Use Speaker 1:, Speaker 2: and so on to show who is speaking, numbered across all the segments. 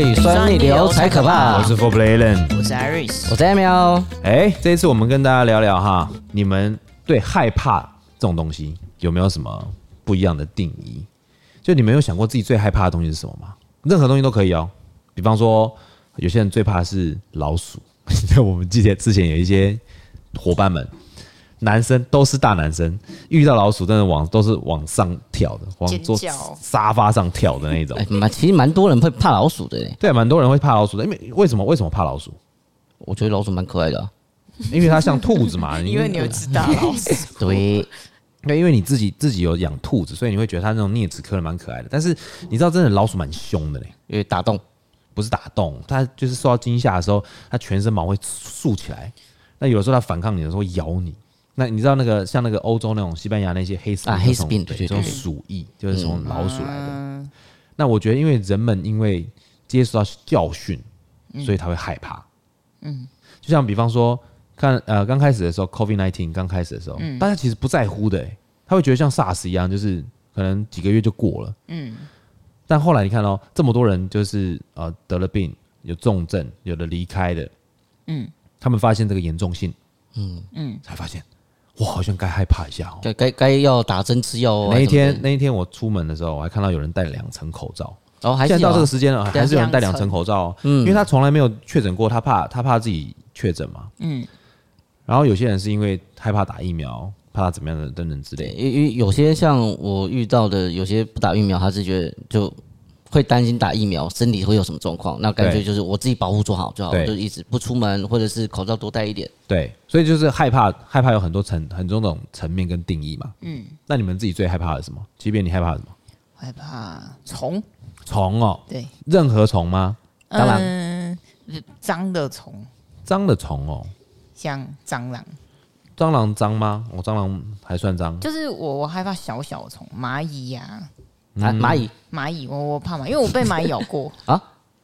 Speaker 1: 语酸逆流才可怕。
Speaker 2: 我是 For Blayen。
Speaker 3: 我是 Iris，
Speaker 1: 我是 M L，
Speaker 2: 哎，这一次我们跟大家聊聊哈，你们对害怕这种东西有没有什么不一样的定义？就你们有想过自己最害怕的东西是什么吗？任何东西都可以哦。比方说，有些人最怕的是老鼠。 我们记得之前有一些伙伴们，男生都是大男生，遇到老鼠真的往都是往上跳的，往坐
Speaker 3: 尖叫
Speaker 2: 沙发上跳的那种
Speaker 1: 哎。蛮其实蛮多人会怕老鼠的欸，
Speaker 2: 对，蛮多人会怕老鼠的，因为为什么为什么怕老鼠？
Speaker 1: 我觉得老鼠蛮可爱的啊。
Speaker 2: 因为它像兔子嘛，
Speaker 3: 因为你有只大老鼠，
Speaker 1: 对，
Speaker 2: 对，因为你自己自己有养兔子，所以你会觉得它那种啮齿科的蛮可爱的。但是你知道，真的老鼠蛮凶的嘞，
Speaker 1: 因为打洞，
Speaker 2: 不是打洞，它就是受到惊吓的时候，它全身毛会竖起来。那有的时候它反抗你的时候会咬你。那你知道那个像那个欧洲那种西班牙那些黑死病
Speaker 1: 啊
Speaker 2: 就是
Speaker 1: 黑
Speaker 2: 从
Speaker 1: 死病
Speaker 2: 对，
Speaker 1: 对
Speaker 2: 这
Speaker 1: 对
Speaker 2: 种
Speaker 1: 对
Speaker 2: 鼠疫就是从老鼠来的。那我觉得，因为人们因为接受到教训，所以他会害怕。嗯，就像比方说，看呃刚开始的时候，COVID nineteen 刚开始的时候，大家其实不在乎的、欸，他会觉得像 SARS 一样，就是可能几个月就过了。嗯，但后来你看哦，这么多人就是呃得了病，有重症，有的离开的，嗯，他们发现这个严重性，嗯嗯，才发现我好像该害怕一下哦。
Speaker 1: 该该该要打针吃药哦。
Speaker 2: 那一
Speaker 1: 还
Speaker 2: 天
Speaker 1: 是，
Speaker 2: 那一天我出门的时候，我还看到有人戴两层口罩。
Speaker 1: 怎么样，哦，还
Speaker 2: 现
Speaker 1: 是
Speaker 2: 在到这个
Speaker 1: 有啊
Speaker 2: 时间了，
Speaker 1: 对
Speaker 2: 还是有人戴两
Speaker 3: 两层
Speaker 2: 层口罩、哦，因为他从来没有确诊过，他怕他怕自己确诊嘛。嗯。然后有些人是因为害怕打疫苗，怕他怎么样的等等之
Speaker 1: 对，
Speaker 2: 类的。
Speaker 1: 因为有些像我遇到的，有些不打疫苗，他是觉得就会担心打疫苗身体会有什么状况，那感觉
Speaker 2: 对
Speaker 1: 就是我自己保护做好就好，
Speaker 2: 对
Speaker 1: 就一直不出门，或者是口罩多戴一点。
Speaker 2: 对，所以就是害怕，害怕有很多层很多种层面跟定义嘛。嗯。那你们自己最害怕的是什么？即便你害怕什么？
Speaker 3: 害怕虫，
Speaker 2: 虫哦，
Speaker 3: 对，
Speaker 2: 任何虫吗？
Speaker 1: 当然
Speaker 3: 嗯，脏的虫，
Speaker 2: 脏的虫哦，
Speaker 3: 像蟑螂，
Speaker 2: 蟑螂脏吗？哦我、蟑螂还算脏。
Speaker 3: 就是我我害怕小小的虫，蚂蚁呀、
Speaker 2: 嗯
Speaker 1: 啊，蚂蚁
Speaker 3: 蚂蚁我我怕蚂蚁，因为我被蚂蚁咬过，
Speaker 1: 啊，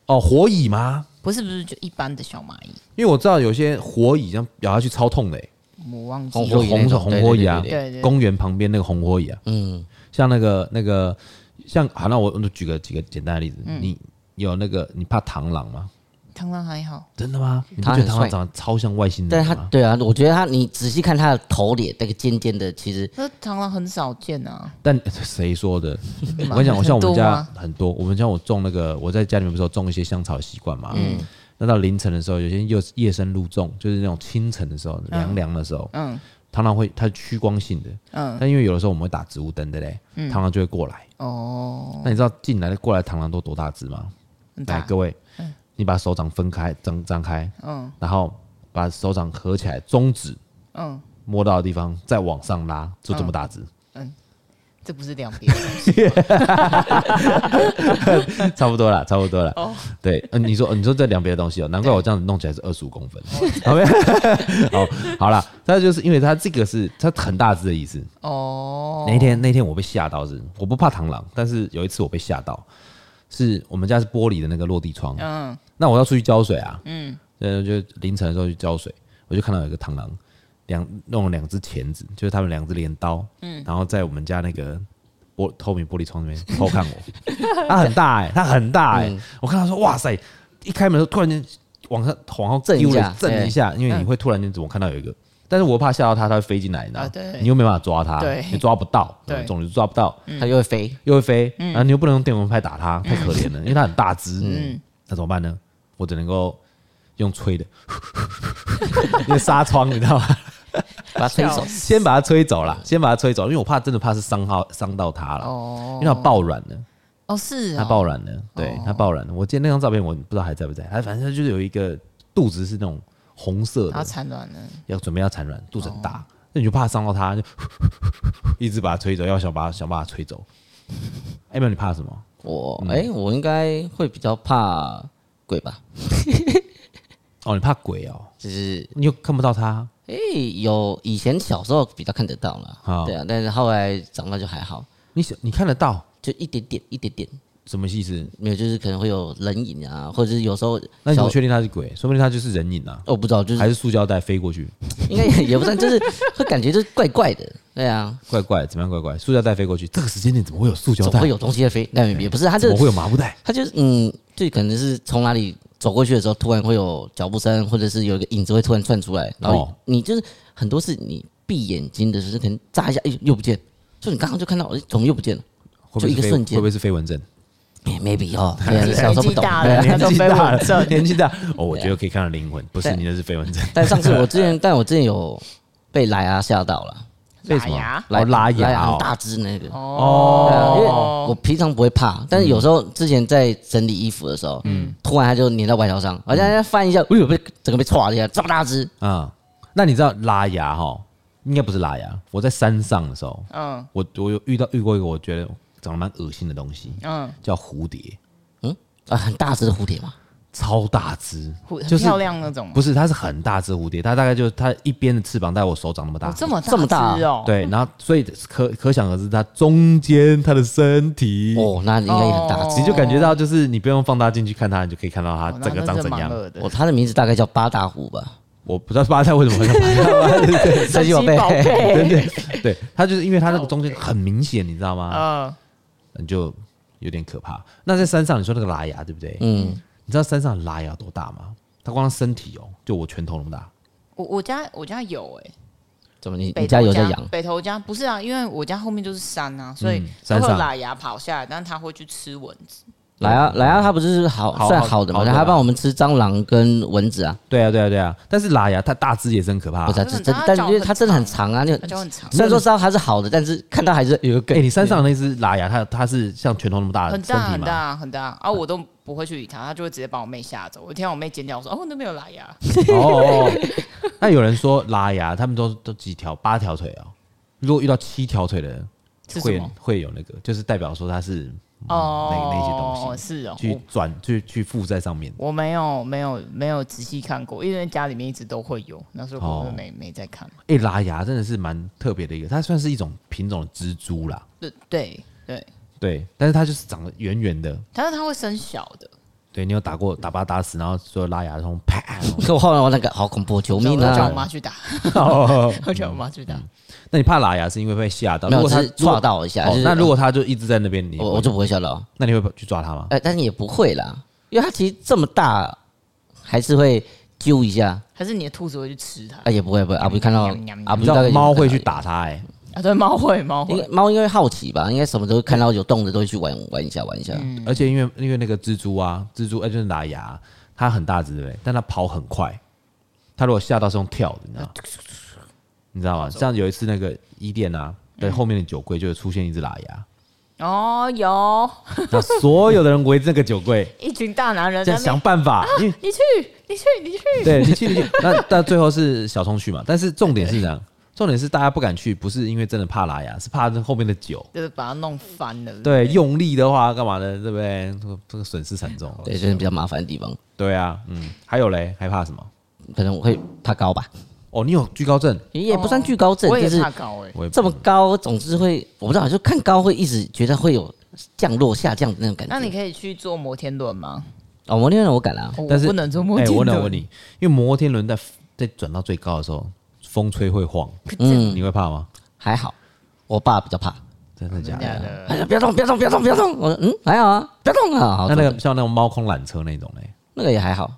Speaker 2: 哦，火蚁吗？
Speaker 3: 不是不是就一般的小蚂蚁，
Speaker 2: 因为我知道有些火蚁这样咬下去超痛的、欸，
Speaker 3: 我忘记
Speaker 1: 红
Speaker 3: 了
Speaker 1: 火蚁那
Speaker 2: 红
Speaker 1: 种
Speaker 2: 红火蚁啊
Speaker 1: 对
Speaker 3: 对对对对，
Speaker 2: 公园旁边那个红火蚁啊，
Speaker 1: 嗯，
Speaker 2: 像那个那个像好，那我我举个几个简单的例子，
Speaker 3: 嗯
Speaker 2: 你有那个你怕螳螂吗？
Speaker 3: 螳螂还好，
Speaker 2: 真的吗？你不
Speaker 1: 它
Speaker 2: 觉得
Speaker 1: 很
Speaker 2: 螳螂
Speaker 1: 帅
Speaker 2: 长得超像外星
Speaker 1: 但
Speaker 2: 人
Speaker 1: 是它
Speaker 2: 吗？
Speaker 1: 对啊，我觉得它你仔细看它的头脸，那个尖尖的，其实
Speaker 3: 那螳螂很少见啊，
Speaker 2: 但谁说 的？我跟你讲，我像我们
Speaker 3: 很多
Speaker 2: 家
Speaker 3: 吗
Speaker 2: 很多，我们像我种那个，我在家里面不是有种一些香草习惯嘛，嗯，那到凌晨的时候，有些夜夜深入种，就是那种清晨的时候，凉凉的时候，
Speaker 3: 嗯
Speaker 2: 螳螂会它是趋光性的，
Speaker 3: 嗯
Speaker 2: 但因为有的时候我们会打植物灯的嘞，螳螂就会过来。
Speaker 3: 哦，
Speaker 2: 那你知道进来的过来螳螂都多大只吗？
Speaker 3: 很
Speaker 2: 来，
Speaker 3: 大，
Speaker 2: 各位，你把手掌分开，张张开，
Speaker 3: 嗯
Speaker 2: 然后把手掌合起来，中指
Speaker 3: 嗯，
Speaker 2: 摸到的地方再往上拉，就这么大只，
Speaker 3: 这不是两边，
Speaker 2: 差不多了，差不多了。
Speaker 3: 哦
Speaker 2: 对，嗯、你说、呃你说这两边的东西哦，难怪我这样子弄起来是二十五公分。
Speaker 3: 哦
Speaker 2: 好，好了，它就是因为它这个是它很大只的意思。
Speaker 3: 哦，
Speaker 2: 那一天那天我被吓到是，我不怕螳螂，但是有一次我被吓到，是我们家是玻璃的那个落地窗，
Speaker 3: 嗯
Speaker 2: 那我要出去浇水啊，
Speaker 3: 嗯
Speaker 2: 呃，就凌晨的时候去浇水，我就看到有一个螳螂，两弄了两只钳子，就是他们两只镰刀，
Speaker 3: 嗯
Speaker 2: 然后在我们家那个玻透明玻璃窗那 边偷看我，它很大哎、它很大
Speaker 3: 嗯
Speaker 2: 哎、我看到说哇塞，一开门的时候突然间往上往后
Speaker 1: 震一
Speaker 2: 丢了
Speaker 1: 下
Speaker 2: 震一下，因为你会突然间怎么看到有一个，但是我怕吓到它，它会飞进来，你知道
Speaker 3: 啊
Speaker 2: 吗，
Speaker 3: 对
Speaker 2: 你又没办法抓它
Speaker 3: 对，
Speaker 2: 你抓不到，
Speaker 3: 对
Speaker 2: 总之抓不到，
Speaker 1: 它就会飞。
Speaker 2: 又会飞，
Speaker 3: 嗯
Speaker 2: 然后你又不能用电蚊拍打它，太可 怜了，因为它很大只。嗯，那怎么办呢？我只能够用吹的， 因为纱窗你知道吗？
Speaker 1: 把它吹走。
Speaker 2: 先把它吹走了，先把它吹走，因为我怕真的怕是伤到伤到它了，
Speaker 3: 哦
Speaker 2: 因为它爆卵了，
Speaker 3: 哦是
Speaker 2: 它
Speaker 3: 啊，
Speaker 2: 爆卵了，对，它爆卵了。我记得那张照片我不知道还在不在，它反正就是有一个肚子是那种红色
Speaker 3: 然后
Speaker 2: 的，
Speaker 3: 产哦卵了，
Speaker 2: 要准备要产卵，肚子很大，那你就怕伤到它，就 一直把它吹走，要想把它想把它吹走。艾米，你怕什么？
Speaker 1: 我哎、我应该会比较怕鬼吧？
Speaker 2: 哦，你怕鬼哦。
Speaker 1: 就是
Speaker 2: 你又看不到他，
Speaker 1: 哎、有以前小时候比较看得到
Speaker 2: 好
Speaker 1: 了，对啊，但是后来长大就还好，
Speaker 2: 你想你看得到
Speaker 1: 就一点点一点点，
Speaker 2: 什么意思？
Speaker 1: 没有就是可能会有人影啊，或者是有时候
Speaker 2: 那你怎
Speaker 1: 小嗯
Speaker 2: 么确定他是鬼？说不定他就是人影啊，
Speaker 1: 我不知道，就是
Speaker 2: 还是塑胶袋飞过去？
Speaker 1: 应该也也不算，就是会感觉就是怪怪的，对啊，
Speaker 2: 怪怪，怎么样怪怪？塑胶袋飞过去，这个时间点怎么会有塑胶
Speaker 1: 总
Speaker 2: 袋？
Speaker 1: 会有东西在飞，那也不是，它
Speaker 2: 怎
Speaker 1: 就
Speaker 2: 么会有麻布袋？
Speaker 1: 它就是嗯，就可能是从哪里走过去的时候，突然会有脚步声，或者是有一个影子会突然窜出来，然后
Speaker 2: 哦
Speaker 1: 你就是很多是你闭眼睛的时候，可能眨一下，哎、又不见，就你刚刚就看到，哎、怎么又不见了？
Speaker 2: 会不会
Speaker 1: 就一
Speaker 2: 是
Speaker 1: 个
Speaker 2: 飞
Speaker 1: 瞬间
Speaker 2: 会不会是飞蚊症？
Speaker 1: 哎、m a y b e 哦，对啊，小时候
Speaker 3: 年
Speaker 1: 不
Speaker 3: 纪
Speaker 1: 懂。
Speaker 3: 大
Speaker 1: 对啊
Speaker 3: 了，就 被我
Speaker 2: 了，年纪大哦，我觉得可以看到灵魂，不是你那是飞蚊症，
Speaker 1: 但上次我之前，但我之前有被莱牙吓到了，
Speaker 2: 为
Speaker 3: 拉
Speaker 2: 什么
Speaker 3: 牙
Speaker 2: 哦拉牙
Speaker 1: 莱很
Speaker 2: 哦
Speaker 1: 大只那个。
Speaker 2: 哦
Speaker 1: 对啊，因为我平常不会怕，但是有时候之前在整理衣服的时候，嗯，突然它就粘到外套上，好像它翻一下，哎呦，被整个被歘一下，这么大只，
Speaker 2: 啊、那你知道拉牙哈？应该不是拉牙。我在山上的时候，
Speaker 3: 嗯
Speaker 2: 我我有遇到遇过一个我觉得长得蛮恶心的东西，
Speaker 3: 嗯，
Speaker 2: 叫蝴蝶，
Speaker 1: 嗯，啊，很大只的蝴蝶嘛，
Speaker 2: 超大只
Speaker 3: 蝴，
Speaker 2: 就是
Speaker 3: 很漂亮那种吗，
Speaker 2: 不是它是很大只蝴蝶，它大概就它一边的翅膀大概我手掌那么大，
Speaker 3: 哦这么
Speaker 1: 这么大
Speaker 3: 只哦，
Speaker 2: 对，然后所以可可想而知，它中间它的身体，
Speaker 1: 哦，那应该也很大只。
Speaker 2: 你就感觉到就是你不用放大镜去看它，你就可以看到它
Speaker 3: 哦，
Speaker 2: 啊整个长怎样。
Speaker 1: 哦，它的名字大概叫八大湖吧，
Speaker 2: 我不知道八代为什么会叫八代
Speaker 1: 神奇宝贝，
Speaker 2: 对对 对，它就是因为它那个中间很明显，你知道吗？
Speaker 3: 嗯，
Speaker 2: 你就有点可怕。那在山上，你说那个拉牙对不对？
Speaker 1: 嗯，
Speaker 2: 你知道山上的拉牙多大吗？它光身体哦，就我拳头那么大。
Speaker 3: 我我家我家有哎，
Speaker 1: 怎么你
Speaker 3: 北
Speaker 1: 你家
Speaker 3: 投
Speaker 1: 有在养？
Speaker 3: 北头家不是啊，因为我家后面就是山啊，所以
Speaker 2: 嗯
Speaker 3: 它
Speaker 2: 山
Speaker 3: 会
Speaker 2: 上
Speaker 3: 有喇牙跑下来，但它会去吃蚊子。
Speaker 1: 莱啊莱啊，它不是好
Speaker 2: 好
Speaker 1: 算
Speaker 2: 好
Speaker 1: 好的嘛，
Speaker 2: 好的
Speaker 1: 它
Speaker 2: 啊
Speaker 1: 还帮我们吃蟑螂跟蚊子啊，
Speaker 2: 对啊，对啊，对啊。但是拉牙它大只也是很可怕、
Speaker 1: 不是啊
Speaker 3: 它
Speaker 1: 这
Speaker 3: 很
Speaker 1: 这
Speaker 3: 它，
Speaker 1: 但
Speaker 3: 脚
Speaker 1: 因为
Speaker 3: 很
Speaker 1: 它真的很长
Speaker 3: 长
Speaker 1: 啊，那
Speaker 3: 它
Speaker 1: 个
Speaker 3: 脚很长
Speaker 1: 虽然说知道它是好的，但是看到还是有一个
Speaker 2: 哎、
Speaker 1: 梗。
Speaker 2: 你山上那只拉牙，它它是像拳头那么大的
Speaker 3: 很
Speaker 2: 身
Speaker 3: 大
Speaker 2: 体
Speaker 3: 很
Speaker 2: 啊吗？
Speaker 3: 大很大啊！我都不会去理它，它就会直接把我妹吓走。我听到我妹尖叫，我说：“哦，那边有喇牙。
Speaker 2: 哦哦 哦那有人说拉牙，他们都都几条？八条腿哦。如果遇到七条腿的人，
Speaker 3: 是什
Speaker 2: 会
Speaker 3: 么
Speaker 2: 会有那个，就是代表说他是”嗯
Speaker 3: 哦，
Speaker 2: 那那些东西
Speaker 3: 是哦，
Speaker 2: 去转去去附在上面的。
Speaker 3: 我我没有没有没有仔细看过，因为家里面一直都会有，那时
Speaker 2: 哦
Speaker 3: 候我就没没在看。
Speaker 2: 哎、拉牙真的是蛮特别的一个，它算是一种品种的蜘蛛啦。
Speaker 3: 对对对，
Speaker 2: 对，但是它就是长得圆圆的。
Speaker 3: 但是它会生小的，
Speaker 2: 对你有打过打把它打死，然后说拉牙，然后啪。
Speaker 1: 可我后来我那个好恐怖，救
Speaker 3: 我
Speaker 1: 命
Speaker 3: 都叫我
Speaker 1: 啊！
Speaker 3: 妈去打，
Speaker 2: 哦
Speaker 3: 我叫我妈去打。
Speaker 2: 那你怕拉牙是因为被吓到？
Speaker 1: 没
Speaker 2: 如
Speaker 1: 有，
Speaker 2: 果
Speaker 1: 只
Speaker 2: 它
Speaker 1: 是撞到一下。
Speaker 2: 哦
Speaker 1: 啊就是
Speaker 2: 那如果它哦就一直在那边，你
Speaker 1: 我我就不会吓到，
Speaker 2: 那你会去抓它吗？
Speaker 1: 哎，但是也不会啦，因为它其实这么大，还是会揪一下。
Speaker 3: 还是你的兔子会去吃它
Speaker 1: 啊，也不会不会，阿布看到啊阿
Speaker 2: 你
Speaker 1: 布
Speaker 2: 知
Speaker 1: 大
Speaker 2: 道
Speaker 1: 概
Speaker 2: 猫会去，打它哎、
Speaker 3: 啊？对，猫会，猫
Speaker 1: 因
Speaker 3: 会
Speaker 1: 为。猫因为好奇吧，应该什么都看到有动的都会去玩玩一下玩一下。
Speaker 3: 嗯
Speaker 2: 而且因为因为那个蜘蛛啊，蜘蛛哎、就是拉牙，它很大只对不对？但它跑很快，它如果吓到是用跳的，你知道吗？你知道吗？像有一次那个伊甸啊，对
Speaker 3: 嗯
Speaker 2: 后面的酒柜就有出现一只拉牙，
Speaker 3: 哦，有
Speaker 2: 那所有的人围着那个酒柜，
Speaker 3: 一群大男人
Speaker 2: 这
Speaker 3: 在
Speaker 2: 样
Speaker 3: 那
Speaker 2: 想办 法，因为
Speaker 3: 边，你去，你去，你去。
Speaker 2: 对你去你去，那但最后是小冲去嘛。但是重点是这样，重点是大家不敢去，不是因为真的怕拉牙，是怕那后面的酒。
Speaker 3: 就是把它弄翻了。
Speaker 2: 对，用力的话干嘛呢？对不对？这个这个损失惨重。
Speaker 1: 对，这是比较麻烦的地方。
Speaker 2: 对啊，嗯，还有嘞，害怕什么？
Speaker 1: 可能我会怕高吧，
Speaker 2: 哦，你有惧高症，
Speaker 1: 也不算惧高症，
Speaker 3: 哦我也
Speaker 1: 就是
Speaker 3: 怕高哎、
Speaker 2: 我也不
Speaker 1: 这么高，总之会我不知道，就看高会一直觉得会有降落下降的那种感觉。
Speaker 3: 那你可以去坐摩天轮吗？
Speaker 1: 哦，摩天轮我敢啦，
Speaker 3: 我
Speaker 2: 但是
Speaker 3: 不能坐摩
Speaker 2: 哎、
Speaker 3: 天轮。
Speaker 2: 我想问你，因为摩天轮在在转到最高的时候，风吹会晃，
Speaker 1: 嗯，
Speaker 2: 你会怕吗？
Speaker 1: 还好，我爸比较怕。
Speaker 2: 真的假
Speaker 3: 真的假
Speaker 2: 的？
Speaker 3: 的，
Speaker 1: 哎呀，不要动，不要动，不要动，不要动！我说嗯，还好啊，不要动啊。好
Speaker 2: 那那
Speaker 1: 走
Speaker 2: 个像那种猫空缆车那种嘞，
Speaker 1: 那个也还好，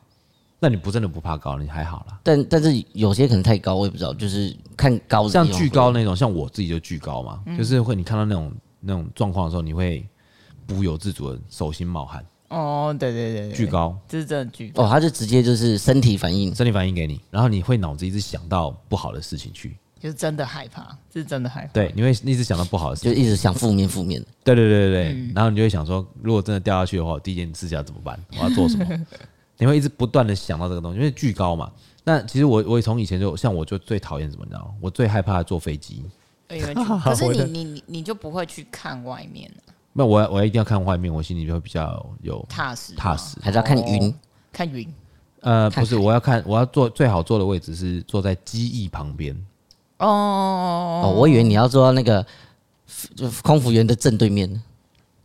Speaker 2: 那你不真的不怕高，你还好啦。
Speaker 1: 但但是有些可能太高，我也不知道，就是看高的地方
Speaker 2: 像巨高那种，像我自己就巨高嘛，
Speaker 3: 嗯
Speaker 2: 就是会你看到那种那种状况的时候，你会不由自主的手心冒汗，
Speaker 3: 哦，对对对对，
Speaker 2: 巨，高，
Speaker 3: 这是真的巨高。
Speaker 1: 哦，他就直接就是身体反应，
Speaker 2: 身体反应给你，然后你会脑子一直想到不好的事情去，
Speaker 3: 就是真的害怕，这是真的害怕。
Speaker 2: 对，你会一直想到不好的事
Speaker 1: 就
Speaker 2: 情，
Speaker 1: 一直想负面负面的。
Speaker 2: 对对对对对，然后你就会想说，如果真的掉下去的话，我第一件事情要怎么办？我要做什么？你会一直不断的想到这个东西，因为巨高嘛。那其实我我从以前就像我就最讨厌什么，你知道吗？我最害怕坐飞机。
Speaker 3: 因 为巨高，可是你你你你就不会去看外面
Speaker 2: 那我我一定要看外面，我心里就会比较有
Speaker 3: 踏实吗
Speaker 2: 踏实。
Speaker 1: 还是要看云
Speaker 3: 哦看云
Speaker 2: 呃，
Speaker 1: 看
Speaker 2: 不是，我要看，我要坐最好坐的位置是坐在机翼旁边。
Speaker 1: 哦
Speaker 3: 哦，
Speaker 1: 我以为你要坐到那
Speaker 2: 哦
Speaker 1: 个就空服员的正对面，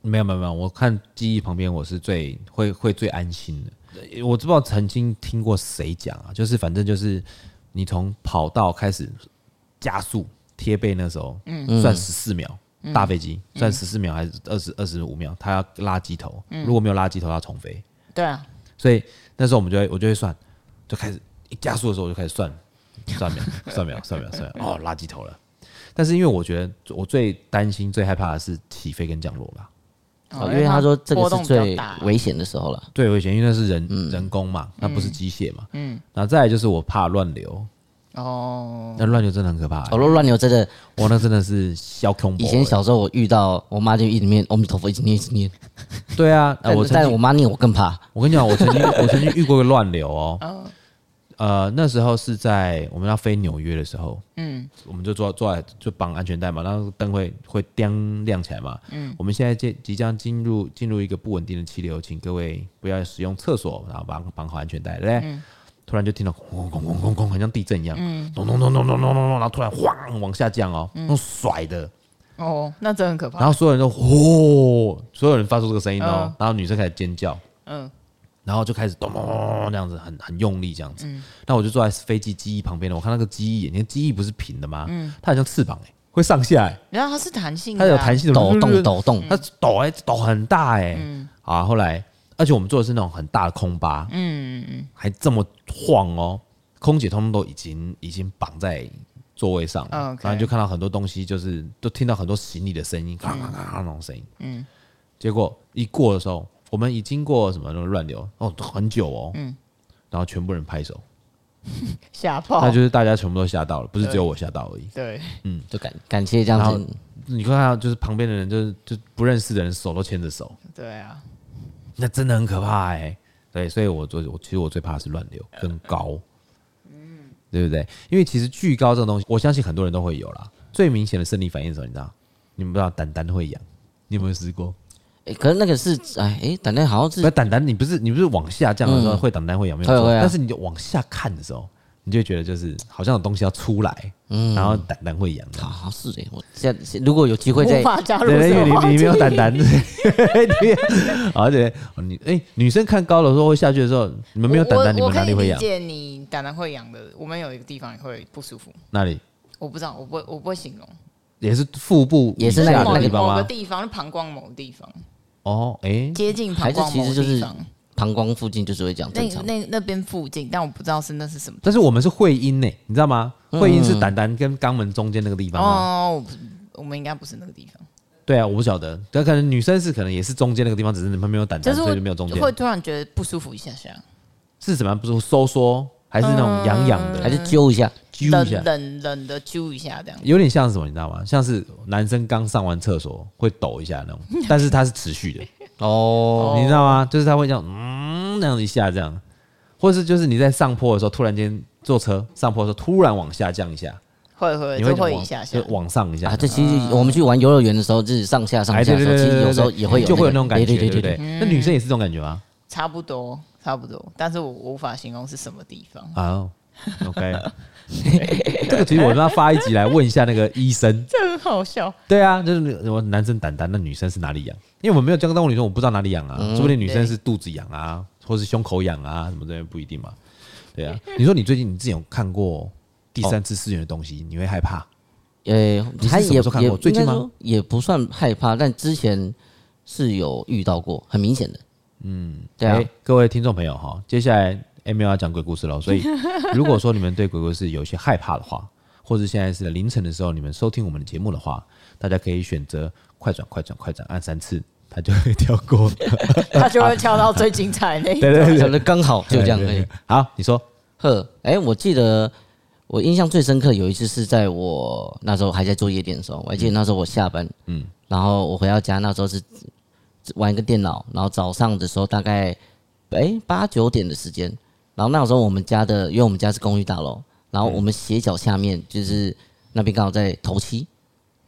Speaker 2: 没有没有没有，我看记忆旁边我是最会会最安心的。呃我知不知道曾经听过谁讲啊？就是反正就是你从跑道开始加速贴背那时候，算十四秒，大飞机算十四秒还是二十二十五秒，他要拉机头，如果没有拉机头，他重飞。
Speaker 3: 对啊，
Speaker 2: 所以那时候我们就会我就会算，就开始一加速的时候我就开始算算秒算秒算秒算秒，哦，垃圾头了。但是因为我觉得我最担心、最害怕的是起飞跟降落啦。
Speaker 1: 哦因为他说这
Speaker 3: 波
Speaker 1: 个
Speaker 3: 动
Speaker 1: 是
Speaker 3: 比较
Speaker 1: 最
Speaker 3: 大
Speaker 1: 危险的时候了。
Speaker 2: 对，我以前因为那是人、
Speaker 1: 嗯
Speaker 2: 人工嘛，那不是机械嘛。嗯。那再来就是我怕乱流，
Speaker 3: 哦，
Speaker 2: 那乱流真的很可怕、
Speaker 1: 走路乱流真的，
Speaker 2: 哇，那真的是小恐怖。
Speaker 1: 哦以前小时候我遇到我妈就一直念阿弥陀佛，一直念一直念，
Speaker 2: 对啊，呃、
Speaker 1: 但
Speaker 2: 我
Speaker 1: 我
Speaker 2: 曾
Speaker 1: 但
Speaker 2: 经
Speaker 1: 我妈念我更怕。
Speaker 2: 我跟你讲，我曾经我曾经遇过一个乱流哦。呃，那时候是在我们要飞纽约的时候，嗯，我们就坐坐在就绑安全带嘛，然后灯会会叮亮起来嘛，嗯，我们现在即即将进入进入一个不稳定的气流，请各位不要使用厕所，然后绑绑好安全带，对不对？突然就听到轰轰轰轰轰，很像地震一样，咚咚咚咚咚咚咚咚，然后突然晃往下降哦，用甩的，
Speaker 3: 哦，那真的很可
Speaker 2: 然
Speaker 3: 怕。
Speaker 2: 后所有人都呼，所有人发出这个声音哦
Speaker 3: 嗯，
Speaker 2: 然后女生开始尖叫，
Speaker 3: 嗯，
Speaker 2: 然后就开始咚咚咚咚这样子，很很用力这样子。那我就坐在飞机机翼旁边的，我看那个机翼，你看机翼不是平的吗？它很像翅膀哎、会上下哎、
Speaker 3: 然后它是弹性的
Speaker 2: 它
Speaker 3: 啊，
Speaker 2: 有弹性的
Speaker 1: 抖动抖
Speaker 3: 嗯
Speaker 1: 动
Speaker 2: 它抖哎、抖很大哎、好啊，后来而且我们坐的是那种很大的空巴，
Speaker 3: 嗯，嗯嗯，
Speaker 2: 还这么晃哦，空姐通通都已经已经绑在座位上了，
Speaker 3: 嗯，OK 嗯
Speaker 2: 然后你就看到很多东西，就是都听到很多行李的声音，咔咔咔那种声音。嗯，结果一过的时候，我们已经过什么那种乱流哦，很久哦，嗯，然后全部人拍手，
Speaker 3: 吓
Speaker 2: 那
Speaker 3: 爆，
Speaker 2: 就是大家全部都吓到了，不是只有我吓到而已。
Speaker 3: 对，
Speaker 1: 就感感谢这样
Speaker 2: 嗯然后
Speaker 1: 子，
Speaker 2: 你看到就是旁边的人，就是就不认识的人手都牵着手，
Speaker 3: 对啊，
Speaker 2: 那真的很可怕哎、对，所以我最我其实我最怕的是乱流
Speaker 3: 呃
Speaker 2: 跟高，
Speaker 3: 嗯
Speaker 2: 对不对？因为其实巨高这种东西，我相信很多人都会有啦。最明显的生理反应是什么？你知道？你们不知道胆胆会痒，你有没有试过？
Speaker 3: 嗯
Speaker 1: 诶可是那个是哎哎，反正好像
Speaker 2: 那
Speaker 1: 是
Speaker 2: 胆胆，你不是你不是往下降的时候
Speaker 1: 嗯
Speaker 2: 会胆胆会痒没有
Speaker 1: 会
Speaker 2: 错，
Speaker 1: 会啊
Speaker 2: 但是你就往下看的时候，你就会觉得就是好像有东西要出来，
Speaker 3: 嗯
Speaker 2: 然后胆胆会痒。
Speaker 1: 好好是哎，我现在如果有机会再
Speaker 3: 无法加入
Speaker 2: 对，因
Speaker 3: 这
Speaker 2: 为
Speaker 3: 个
Speaker 2: 你
Speaker 3: 话题
Speaker 2: 你没有胆 胆，你而且你哎、女生看高的时候会下去的时候，你们没有胆胆，你
Speaker 3: 我我
Speaker 2: 们
Speaker 3: 可
Speaker 2: 哪里
Speaker 3: 以
Speaker 2: 会
Speaker 3: 理
Speaker 2: 痒？
Speaker 3: 解你胆囊会痒的，我们有一个地方也会不舒服，
Speaker 2: 那里？
Speaker 3: 我不知道，我不会，我不会形容，
Speaker 2: 也是腹部
Speaker 1: 也是
Speaker 2: 以
Speaker 1: 那
Speaker 2: 下
Speaker 1: 个
Speaker 3: 某
Speaker 2: 的
Speaker 1: 地
Speaker 2: 地
Speaker 3: 个
Speaker 2: 方
Speaker 3: 某个
Speaker 2: 吗？
Speaker 3: 地方，膀胱某个地方，
Speaker 2: 哦，诶，
Speaker 3: 接近膀
Speaker 1: 还是
Speaker 3: 胱
Speaker 1: 其
Speaker 3: 某
Speaker 1: 实
Speaker 3: 个
Speaker 1: 就是
Speaker 3: 地方，
Speaker 1: 膀胱附近就是会这样正
Speaker 3: 那
Speaker 1: 常。
Speaker 3: 那那边附近，但我不知道是那是什么。
Speaker 2: 但是我们是会阴呢、你知道吗？会阴是胆胆跟肛门中间那个地方啊。
Speaker 3: 哦，我不我们应该不是那个地方，
Speaker 2: 对啊，我不晓得，但可能女生是可能也是中间那个地方，只是你们没有胆
Speaker 3: 就
Speaker 2: 胆，
Speaker 3: 是
Speaker 2: 所
Speaker 3: 我
Speaker 2: 以就没有中间。
Speaker 3: 会突然觉得不舒服一下下，
Speaker 2: 是怎么样？不是收缩，还是那
Speaker 3: 嗯
Speaker 2: 种痒痒的，
Speaker 1: 还是揪一下，
Speaker 2: 揪一
Speaker 3: 冷
Speaker 2: 下？
Speaker 3: 冷冷的揪一下这样。
Speaker 2: 有点像是什么，你知道吗？像是男生刚上完厕所会抖一下 那种，但是它是持续的。哦，你知道吗？就是他会这样，嗯，那样一下这样，或是就是你在上坡的时候，突然间坐车上坡的时候，突然往下降一下，
Speaker 3: 会会
Speaker 2: 你
Speaker 3: 就
Speaker 2: 会
Speaker 3: 会
Speaker 2: 往
Speaker 3: 一下下
Speaker 2: 就，往上一下
Speaker 1: 啊，这其实我们去玩游乐园的时候，就是上下上
Speaker 2: 哎，
Speaker 1: 下
Speaker 2: 对
Speaker 1: 的
Speaker 2: 对
Speaker 1: 时
Speaker 2: 对
Speaker 1: 候，其
Speaker 2: 对
Speaker 1: 实
Speaker 2: 对，
Speaker 1: 有时候
Speaker 2: 对
Speaker 1: 也会有
Speaker 2: 就会有那
Speaker 1: 那个
Speaker 2: 种感觉，
Speaker 1: 对
Speaker 2: 对
Speaker 1: 对
Speaker 2: 不
Speaker 1: 对
Speaker 2: 对。那女生也是这种感觉吗？
Speaker 3: 差不多差不多，但是我无法形容是什么地方。
Speaker 2: 啊，OK，这个其实我让他发一集来问一下那个医生。
Speaker 3: 这很好笑，
Speaker 2: 对啊，就是我男生胆胆，那女生是哪里痒？因为我没有交当过女生，我不知道哪里痒啊，
Speaker 1: 嗯
Speaker 2: 说不定女生是肚子痒啊，或是胸口痒啊，什么这些不一定嘛。对啊，你说你最近你之前有看过第三次次元的东西，你会害怕？
Speaker 1: 呃，
Speaker 2: 你是
Speaker 1: 还
Speaker 2: 什么
Speaker 1: 也
Speaker 2: 时候看
Speaker 1: 也
Speaker 2: 过最近吗
Speaker 1: 应该说也不算害怕，但之前是有遇到过，很明显的。嗯，对啊
Speaker 2: 哎，各位听众朋友哈，接下来 M 要讲鬼故事喽，所 以如果说你们对鬼故事有一些害怕的话，或者现在是凌晨的时候你们收听我们的节目的话，大家可以选择快转、快转、快转按三次，它就会跳 过。
Speaker 3: 他就会跳到最精 彩那一
Speaker 2: 对对
Speaker 1: 可
Speaker 2: 对，
Speaker 1: 能刚好就这样而已。
Speaker 2: 好，你说，
Speaker 1: 呵，哎、我记得我印象最深刻有一次是在我那时候还在做夜店的时候，我还记得那时候我下班，嗯，然后我回到家那时候是玩一个电脑，然后早上的时候大概哎八九点的时间，然后那时候我们家的，因为我们家是公寓大楼，然后
Speaker 2: 嗯
Speaker 1: 我们斜角下面就是那边刚好在头七，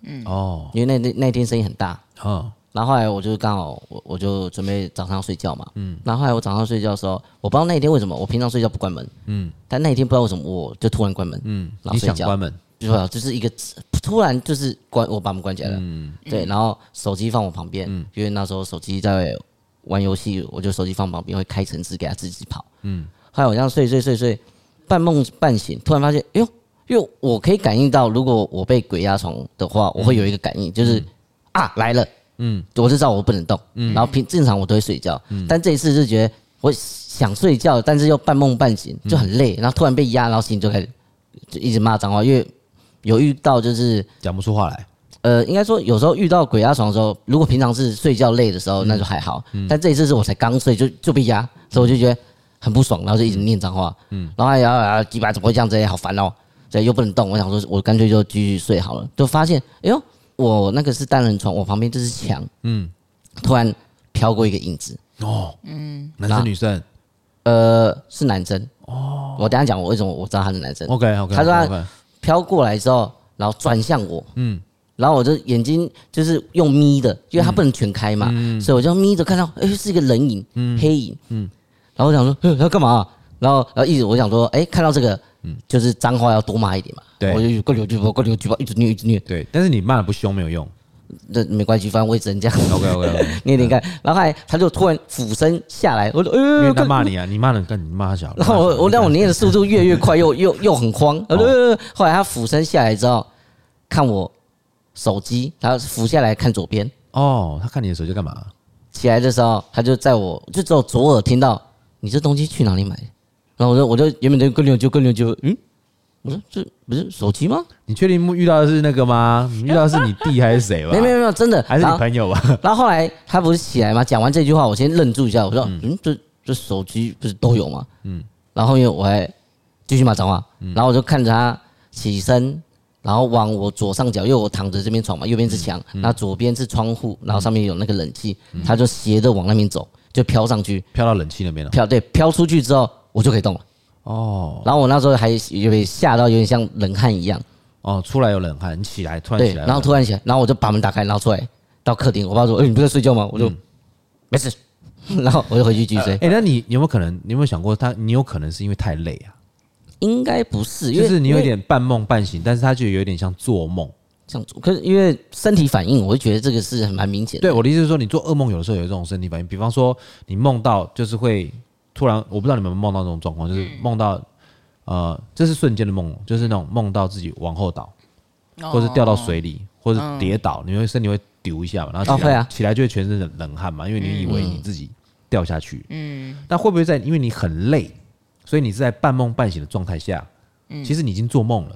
Speaker 1: 嗯
Speaker 2: 哦，
Speaker 1: 因为那那那天生意很大，
Speaker 2: 嗯。
Speaker 1: 然后后来我就刚好我我就准备早上要睡觉嘛，嗯，然后后来我早上睡觉的时候，我不知道那一天为什么我平常睡觉不关门，嗯，但那一天不知道为什么我就突然关门，嗯，然后
Speaker 2: 你
Speaker 1: 睡
Speaker 2: 想
Speaker 1: 觉
Speaker 2: 关，门，
Speaker 1: 就是啊就是一个突然就是关我把门关起来了，嗯，对，然后手机放我旁边，因为那时候手机在玩游戏，我就手机放旁边会开城市给它自己跑，嗯，后来我这样睡睡睡睡，半梦半醒，突然发现，哎呦，因为我可以感应到，如果我被鬼压床的话，我会有一个感应，就是、啊来了，嗯，我就知道我不能动，然后平正常我都会睡觉，但这一次就觉得我想睡觉，但是又半梦半醒，就很累，然后突然被压，然后心就开始就一直骂脏话，因为有遇到就是
Speaker 2: 讲不出话来。
Speaker 1: 呃，应该说有时候遇到鬼压床的时候，如果平常是睡觉累的时候，那就还好。但这一次是我才刚睡就就被压，所以我就觉得很不爽，然后就一直念脏话。嗯，然后然后然后鸡巴怎么会这样子？哎好烦哦！对，又不能动。我想说，我干脆就继续睡好了。就发现，哎呦，我那个是单人床，我旁边就是墙。嗯，突然飘过一个影子，
Speaker 2: 哦，嗯，男生
Speaker 1: 那
Speaker 2: 女生
Speaker 1: 呃，是男生。哦，我等一下讲我为什么我知道他是男生。
Speaker 2: ，OK OK，
Speaker 1: 呃他说他飘过来之后，然后转向我，嗯，然后我就眼睛就是用眯的，因为它不能全开嘛，所以我就眯着看到，哎、是一个人影，黑影，嗯，然后我想说，哼他干嘛啊、然后然后一直我想说，哎、看到这个，就是脏话要多骂一点嘛，
Speaker 2: 对
Speaker 1: 我就过流举报，过流举报，一直虐一直虐，
Speaker 2: 对，但是你骂的不凶没有用。
Speaker 1: 那没关系，反正我也只能这样。
Speaker 2: OK OK OK，
Speaker 1: 你点看，然后后来他就突然俯身下来，我就，
Speaker 2: 因
Speaker 1: 哎、
Speaker 2: 为
Speaker 1: 呦，
Speaker 2: 他骂你啊，你骂人干你骂他小，
Speaker 1: 然后我我让我念的速度越来越快，又又又很慌。
Speaker 2: 哦
Speaker 1: 呃呃后来他俯身下来之后，看我手机，他俯下来看左边，
Speaker 2: 哦，他看你的手机干嘛？
Speaker 1: 起来的时候，他就在我就只有左耳听到你这东西去哪里买的，然后我就我就原本就跟牛就跟牛就嗯，我说这不是手机吗？
Speaker 2: 你确定遇到的是那个吗？你遇到的是你弟还是谁吧？
Speaker 1: 没有没有没有，真的。
Speaker 2: 还是
Speaker 1: 然
Speaker 2: 你
Speaker 1: 后
Speaker 2: 朋友吧？
Speaker 1: 然后后来他不是起来吗？讲完这句话，我先愣住一下，我说嗯，这这手机不是都有吗？嗯，然后因为我还继续骂脏话，然后我就看着他起身，然后往我左上角，因为我躺着这边床嘛，右边是墙，那、左边是窗户，然后上面有那个冷气，他就斜着往那边走，就飘上去，
Speaker 2: 飘到冷气那边 了。
Speaker 1: 飘对飘出去之后，我就可以动了。
Speaker 2: 哦
Speaker 1: 然后我那时候还有点吓到，有点像冷汗一样，
Speaker 2: 哦，出来有冷汗，你起来突然
Speaker 1: 对，
Speaker 2: 起来，
Speaker 1: 然后突然起来，然后我就把门打开，然后出来到客厅，我爸说：“哎、你不是在睡觉吗？”我就、没事， 然后我就回去继续睡。
Speaker 2: 哎，那你有没有可能？你有没有想过他？你有可能是因为太累啊，
Speaker 1: 应该不是，因
Speaker 2: 就
Speaker 1: 为
Speaker 2: 是你有
Speaker 1: 因为
Speaker 2: 点半梦半醒，但是他就有点像做梦。
Speaker 1: 这样做，可是因为身体反应，我就觉得这个是很蛮明显的。
Speaker 2: 对，我的意思是说，你做噩梦有的时候有这种身体反应，比方说你梦到就是会突然，我不知道你们有没有梦到这种状况，就是
Speaker 1: 嗯
Speaker 2: 梦到呃，这是瞬间的梦，就是那种梦到自己往后倒，
Speaker 3: 哦
Speaker 2: 或是掉到水里，或是跌倒，你会身体会丢一下嘛，然后
Speaker 1: 哦
Speaker 2: 起来、
Speaker 1: 会啊
Speaker 2: 起来就会全身冷冷汗嘛，因为你以为你自己掉下去，嗯，那会不会在因为你很累，所以你是在半梦半醒的状态下，其实你已经做梦了。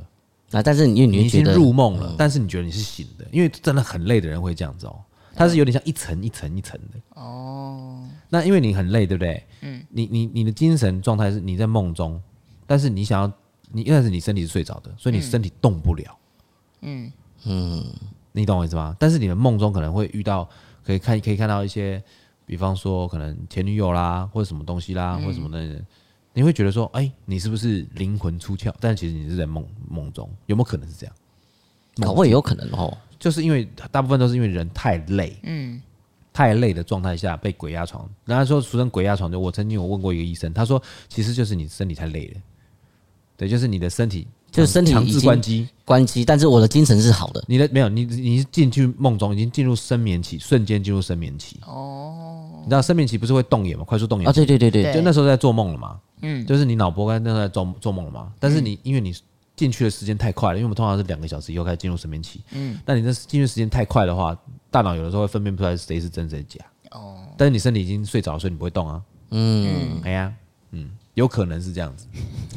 Speaker 1: 啊，但是因为
Speaker 2: 你
Speaker 1: 你会
Speaker 2: 已
Speaker 1: 觉
Speaker 2: 经
Speaker 1: 得嗯
Speaker 2: 入梦了，但是你觉得你是醒的，因为真的很累的人会这样子哦，
Speaker 1: 嗯
Speaker 2: 它是有点像一层一层一层的。
Speaker 3: 哦，
Speaker 2: 那因为你很累，对不对？嗯，你你你的精神状态是你在梦中，但是你想要你，但是你身体是睡着的，所以你身体动不了。嗯嗯，你懂我意思吗？但是你的梦中可能会遇到，可以看可以看到一些，比方说可能前女友啦，或者什么东西啦，或者什么的。你会觉得说，哎、你是不是灵魂出窍？但其实你是在梦梦中，有没有可能是这样？
Speaker 1: 搞不好也有可能哦。
Speaker 2: 就是因为大部分都是因为人太累，嗯，太累的状态下被鬼压床。然后他说俗称鬼压床，就我曾经有问过一个医生，他说其实就是你身体太累了，对，就是你的身体
Speaker 1: 就是身体
Speaker 2: 强
Speaker 1: 已
Speaker 2: 制
Speaker 1: 经
Speaker 2: 关机，
Speaker 1: 关机，但是我的精神是好的，
Speaker 2: 你的没有你你是进去梦中已经进入深眠期，瞬间进入深眠期。哦，你知道深眠期不是会动眼吗？快速动眼
Speaker 1: 啊，对对对对，
Speaker 3: 对
Speaker 2: 就那时候在做梦了嘛，嗯，就是你脑波跟那时候在做做梦了嘛，但是你、因为你进去的时间太快了，因为我们通常是两个小时以后开始进入睡眠期，嗯，那你那进去时间太快的话，大脑有的时候会分辨不出来谁是真谁假，哦，但是你身体已经睡着，所以你不会动啊，嗯，哎呀，嗯，有可能是这样子，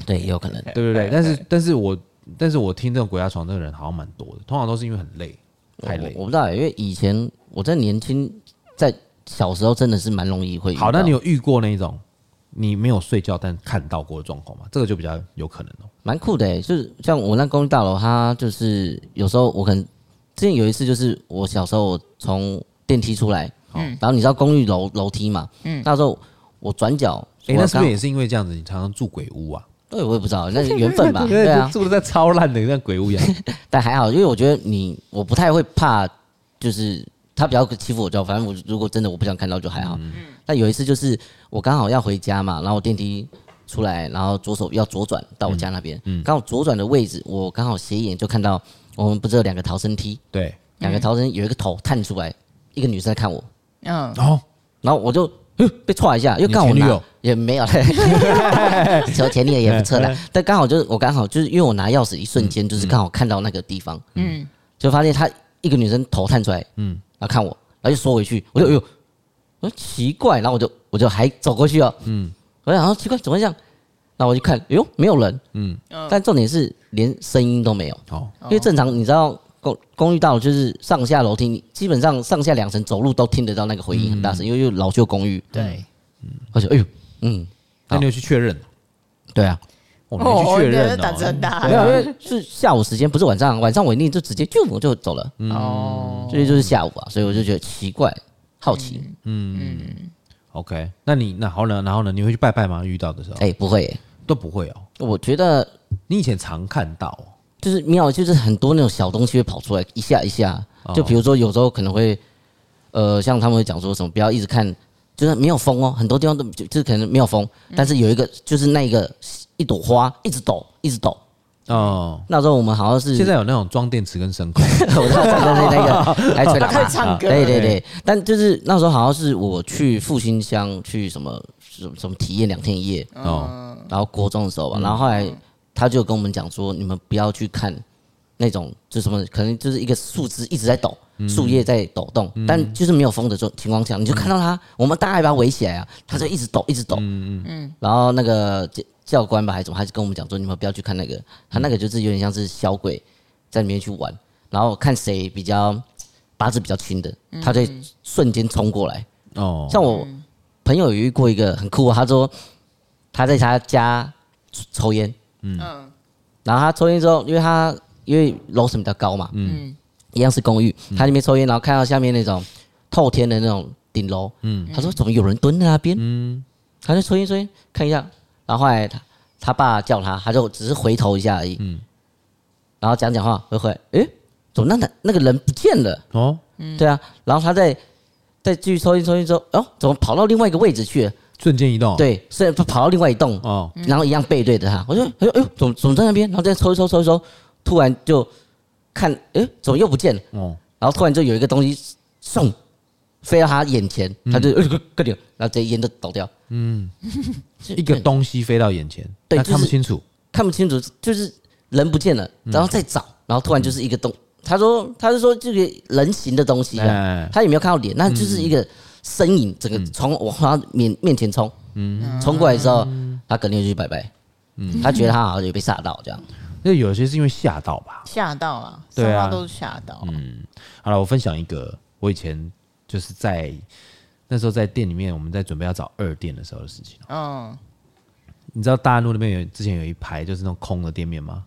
Speaker 1: 对，也有可能。
Speaker 2: 对不对？但是但是我但是我听这种鬼压床这个人好像蛮多的，通常都是因为很累，太累
Speaker 1: 我，我不知道，因为以前我在年轻，在小时候真的是蛮容易会遇
Speaker 2: 好，那
Speaker 1: 到
Speaker 2: 你有遇过那一种你没有睡觉但看到过的状况吗？这个就比较有可能哦、
Speaker 1: 蛮酷的、欸，就是像我那公寓大楼，它就是有时候我可能之前有一次，就是我小时候我从电梯出来，然后你知道公寓楼楼梯嘛，那时候我转角，
Speaker 2: 哎、
Speaker 1: 我
Speaker 2: 那是不
Speaker 1: 刚
Speaker 2: 是也是因为这样子，你常常住鬼屋啊？
Speaker 1: 对我也不知道，那是缘分吧，
Speaker 2: 因为
Speaker 1: 对啊，
Speaker 2: 住的在超烂的像 鬼屋一样。
Speaker 1: 但还好，因为我觉得你我不太会怕，就是他比较欺负我就好，反正我如果真的我不想看到就还好。
Speaker 2: 嗯
Speaker 1: 但有一次就是我刚好要回家嘛，然后我电梯出来，然后左手要左转到我家那边，
Speaker 2: 嗯
Speaker 1: 刚好左转的位置，我刚好斜眼就看到我们不是有两个逃生梯，
Speaker 2: 对，
Speaker 1: 两个逃生有一个头探出来，一个女生在看我，
Speaker 3: 嗯，
Speaker 2: 哦，
Speaker 1: 然后我就 呃被踹一下，又
Speaker 2: 你
Speaker 1: 刚好
Speaker 2: 前女
Speaker 1: 拿
Speaker 2: 友
Speaker 1: 也 没有嘞，求前女友也不错啦。但刚好就是我刚好就是因为我拿钥匙一瞬
Speaker 2: 嗯
Speaker 1: 间就是刚好看到那个地方，
Speaker 3: 嗯，
Speaker 1: 就发现她一个女生头探出来，嗯，然后看我，然后就缩回去，我就哎呦，我说奇怪，然后我就我就还走过去哦，嗯，我想说奇怪怎么会这样，然后我就看，哎呦没有人，
Speaker 3: 嗯
Speaker 1: 但重点是连声音都没有，
Speaker 2: 哦，
Speaker 1: 因为正常你知道公公寓大楼就是上下楼梯，你基本上上下两层走路都听得到那个回音很大声，因为又老旧公寓，
Speaker 3: 对，
Speaker 1: 而且哎呦，嗯，
Speaker 2: 那你有去确认？
Speaker 1: 对啊，
Speaker 2: 哦，你有去确认
Speaker 3: 哦你的胆子很大
Speaker 2: 对
Speaker 1: 没
Speaker 2: 啊
Speaker 1: 有，因为是下午时间，不是晚上，晚上我一定就直接就我就走了，
Speaker 2: 嗯
Speaker 3: 哦，
Speaker 1: 所以就是下午啊，所以我就觉得奇怪，好奇，
Speaker 2: OK，那你那好了，然后呢？你会去拜拜吗？遇到的时候
Speaker 1: 哎，不会耶，
Speaker 2: 都不会哦。
Speaker 1: 我觉得
Speaker 2: 你以前常看到哦
Speaker 1: 就是庙，就是很多那种小东西会跑出来，一下一下
Speaker 2: 哦。
Speaker 1: 就比如说有时候可能会，呃，像他们会讲说什么，不要一直看，就是没有风哦，很多地方都就就是可能没有风，但是有一个就是那一个一朵花一直抖，一直抖。
Speaker 2: 哦。
Speaker 1: 那时候我们好像是
Speaker 2: 现在有那种装电池跟 声控
Speaker 1: 我到唱歌那 个还吹喇
Speaker 3: 他
Speaker 1: 叭
Speaker 3: 会，唱歌，
Speaker 1: 对对对，但就是那时候好像是我去复兴乡去什么什么什么体验两天一夜，
Speaker 2: 哦，
Speaker 1: 然后国中的时候
Speaker 3: 嗯
Speaker 1: 吧，然后后来他就跟我们讲说，你们不要去看那种就什么，可能就是一个树枝一直在抖，树叶在抖动，但就是没有风的状情况下，你就看到它，我们大家把它围起来啊，它就一直抖，一直抖，嗯嗯，然后那个教教官吧还是什么，他就跟我们讲说，你们不要去看那个，他那个就是有点像是小鬼在里面去玩，然后看谁比较八字比较轻的，他就会瞬间冲过来，
Speaker 2: 哦，
Speaker 1: 像我朋友有遇过一个很酷，他说他在他家抽烟，
Speaker 3: 嗯，
Speaker 1: 然后他抽烟之后，因为他因为楼层比较高嘛，
Speaker 3: 嗯
Speaker 1: 一样是公寓，他那边抽烟，然后看到下面那种透天的那种顶楼，
Speaker 3: 嗯
Speaker 1: 他说怎么有人蹲在那边？他就抽烟抽烟看一下，然后后来他他爸叫他，他就只是回头一下而已，
Speaker 3: 嗯
Speaker 1: 然后讲讲话回回，诶、怎么那男那个人不见了？
Speaker 2: 哦，
Speaker 1: 对啊，然后他在再继续抽烟抽烟之后，哦，怎么跑到另外一个位置去了？
Speaker 2: 瞬间移动，，
Speaker 1: 对，所以他跑到另外一栋，
Speaker 2: 哦，
Speaker 1: 然后一样背对着他，我就哎呦哎呦，总总在那边，然后再抽一抽抽一抽，突然就看哎怎么又不见了，
Speaker 2: 哦，
Speaker 1: 然后突然就有一个东西送飞到他眼前，他就哎呦快点，然后这烟就倒掉，
Speaker 2: 一个东西飞到眼前，
Speaker 1: 对
Speaker 2: 那
Speaker 1: 就是
Speaker 2: 看不清楚，
Speaker 1: 看不清楚，就是人不见了，然后再找，然后突然就是一个东，他说他是说这个人形的东西啊，
Speaker 2: 哎，嗯
Speaker 1: 他也没有看到脸，那就是一个身影，整个从往他面面前冲，
Speaker 2: 嗯
Speaker 1: 冲过来之后，
Speaker 3: 嗯
Speaker 1: 他肯定就去拜拜，他觉得他好像有被吓到这样。
Speaker 2: 那有些是因为吓到吧。
Speaker 3: 吓到了，
Speaker 2: 对
Speaker 3: 什
Speaker 2: 啊
Speaker 3: 么都吓到，
Speaker 2: 好了，我分享一个，我以前就是在那时候在店里面，我们在准备要找二店的时候的事情。啊
Speaker 3: 嗯，
Speaker 2: 你知道大安路那边有之前有一排就是那种空的店面吗？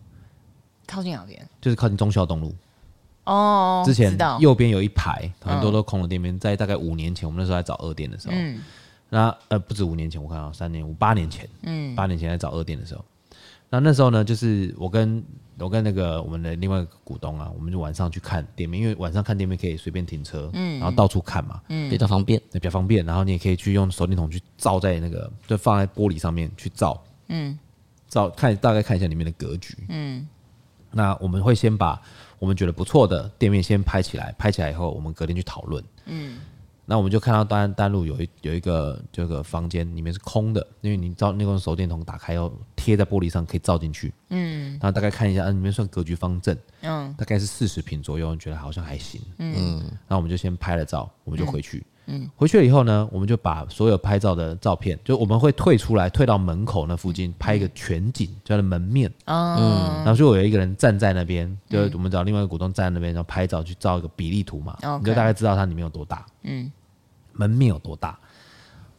Speaker 3: 靠近哪边？
Speaker 2: 就是靠近忠孝东路。
Speaker 3: 哦，
Speaker 2: 之前
Speaker 3: 知道，嗯
Speaker 2: 右边有一排很多都空的店面，在大概五年前，我们那时候在找二店的时候，那呃不止五年前，我看到三年五八年前，嗯，八年前在找二店的时候，那那时候呢，就是我跟我跟那个我们的另外一个股东啊，我们就晚上去看店面，因为晚上看店面可以随便停车，嗯，然后到处看嘛，
Speaker 3: 嗯
Speaker 1: 比较方便。
Speaker 2: 那比较方便，然后你也可以去用手电筒去照在那个，就放在玻璃上面去照，嗯，照看大概看一下里面的格局，嗯。那我们会先把我们觉得不错的店面先拍起来，拍起来以后，我们隔天去讨论，嗯。那我们就看到单单路有一有一个这个房间里面是空的，因为你照那个手电筒打开要贴在玻璃上可以照进去，嗯。然后大概看一下，嗯、里面算格局方正，
Speaker 3: 嗯，
Speaker 2: 大概是四十平左右，觉得好像还行，嗯，那我们就先拍了照，我们就回去，嗯，回去了以后呢，我们就把所有拍照的照片，就我们会退出来，退到门口那附近拍一个全景，叫它门面，
Speaker 3: 嗯
Speaker 2: 然后就有一个人站在那边，就是我们找另外一个股东站在那边，然后拍照去照一个比例图嘛，
Speaker 3: OK
Speaker 2: 你就大概知道它里面有多大，
Speaker 3: 嗯，
Speaker 2: 门面有多大。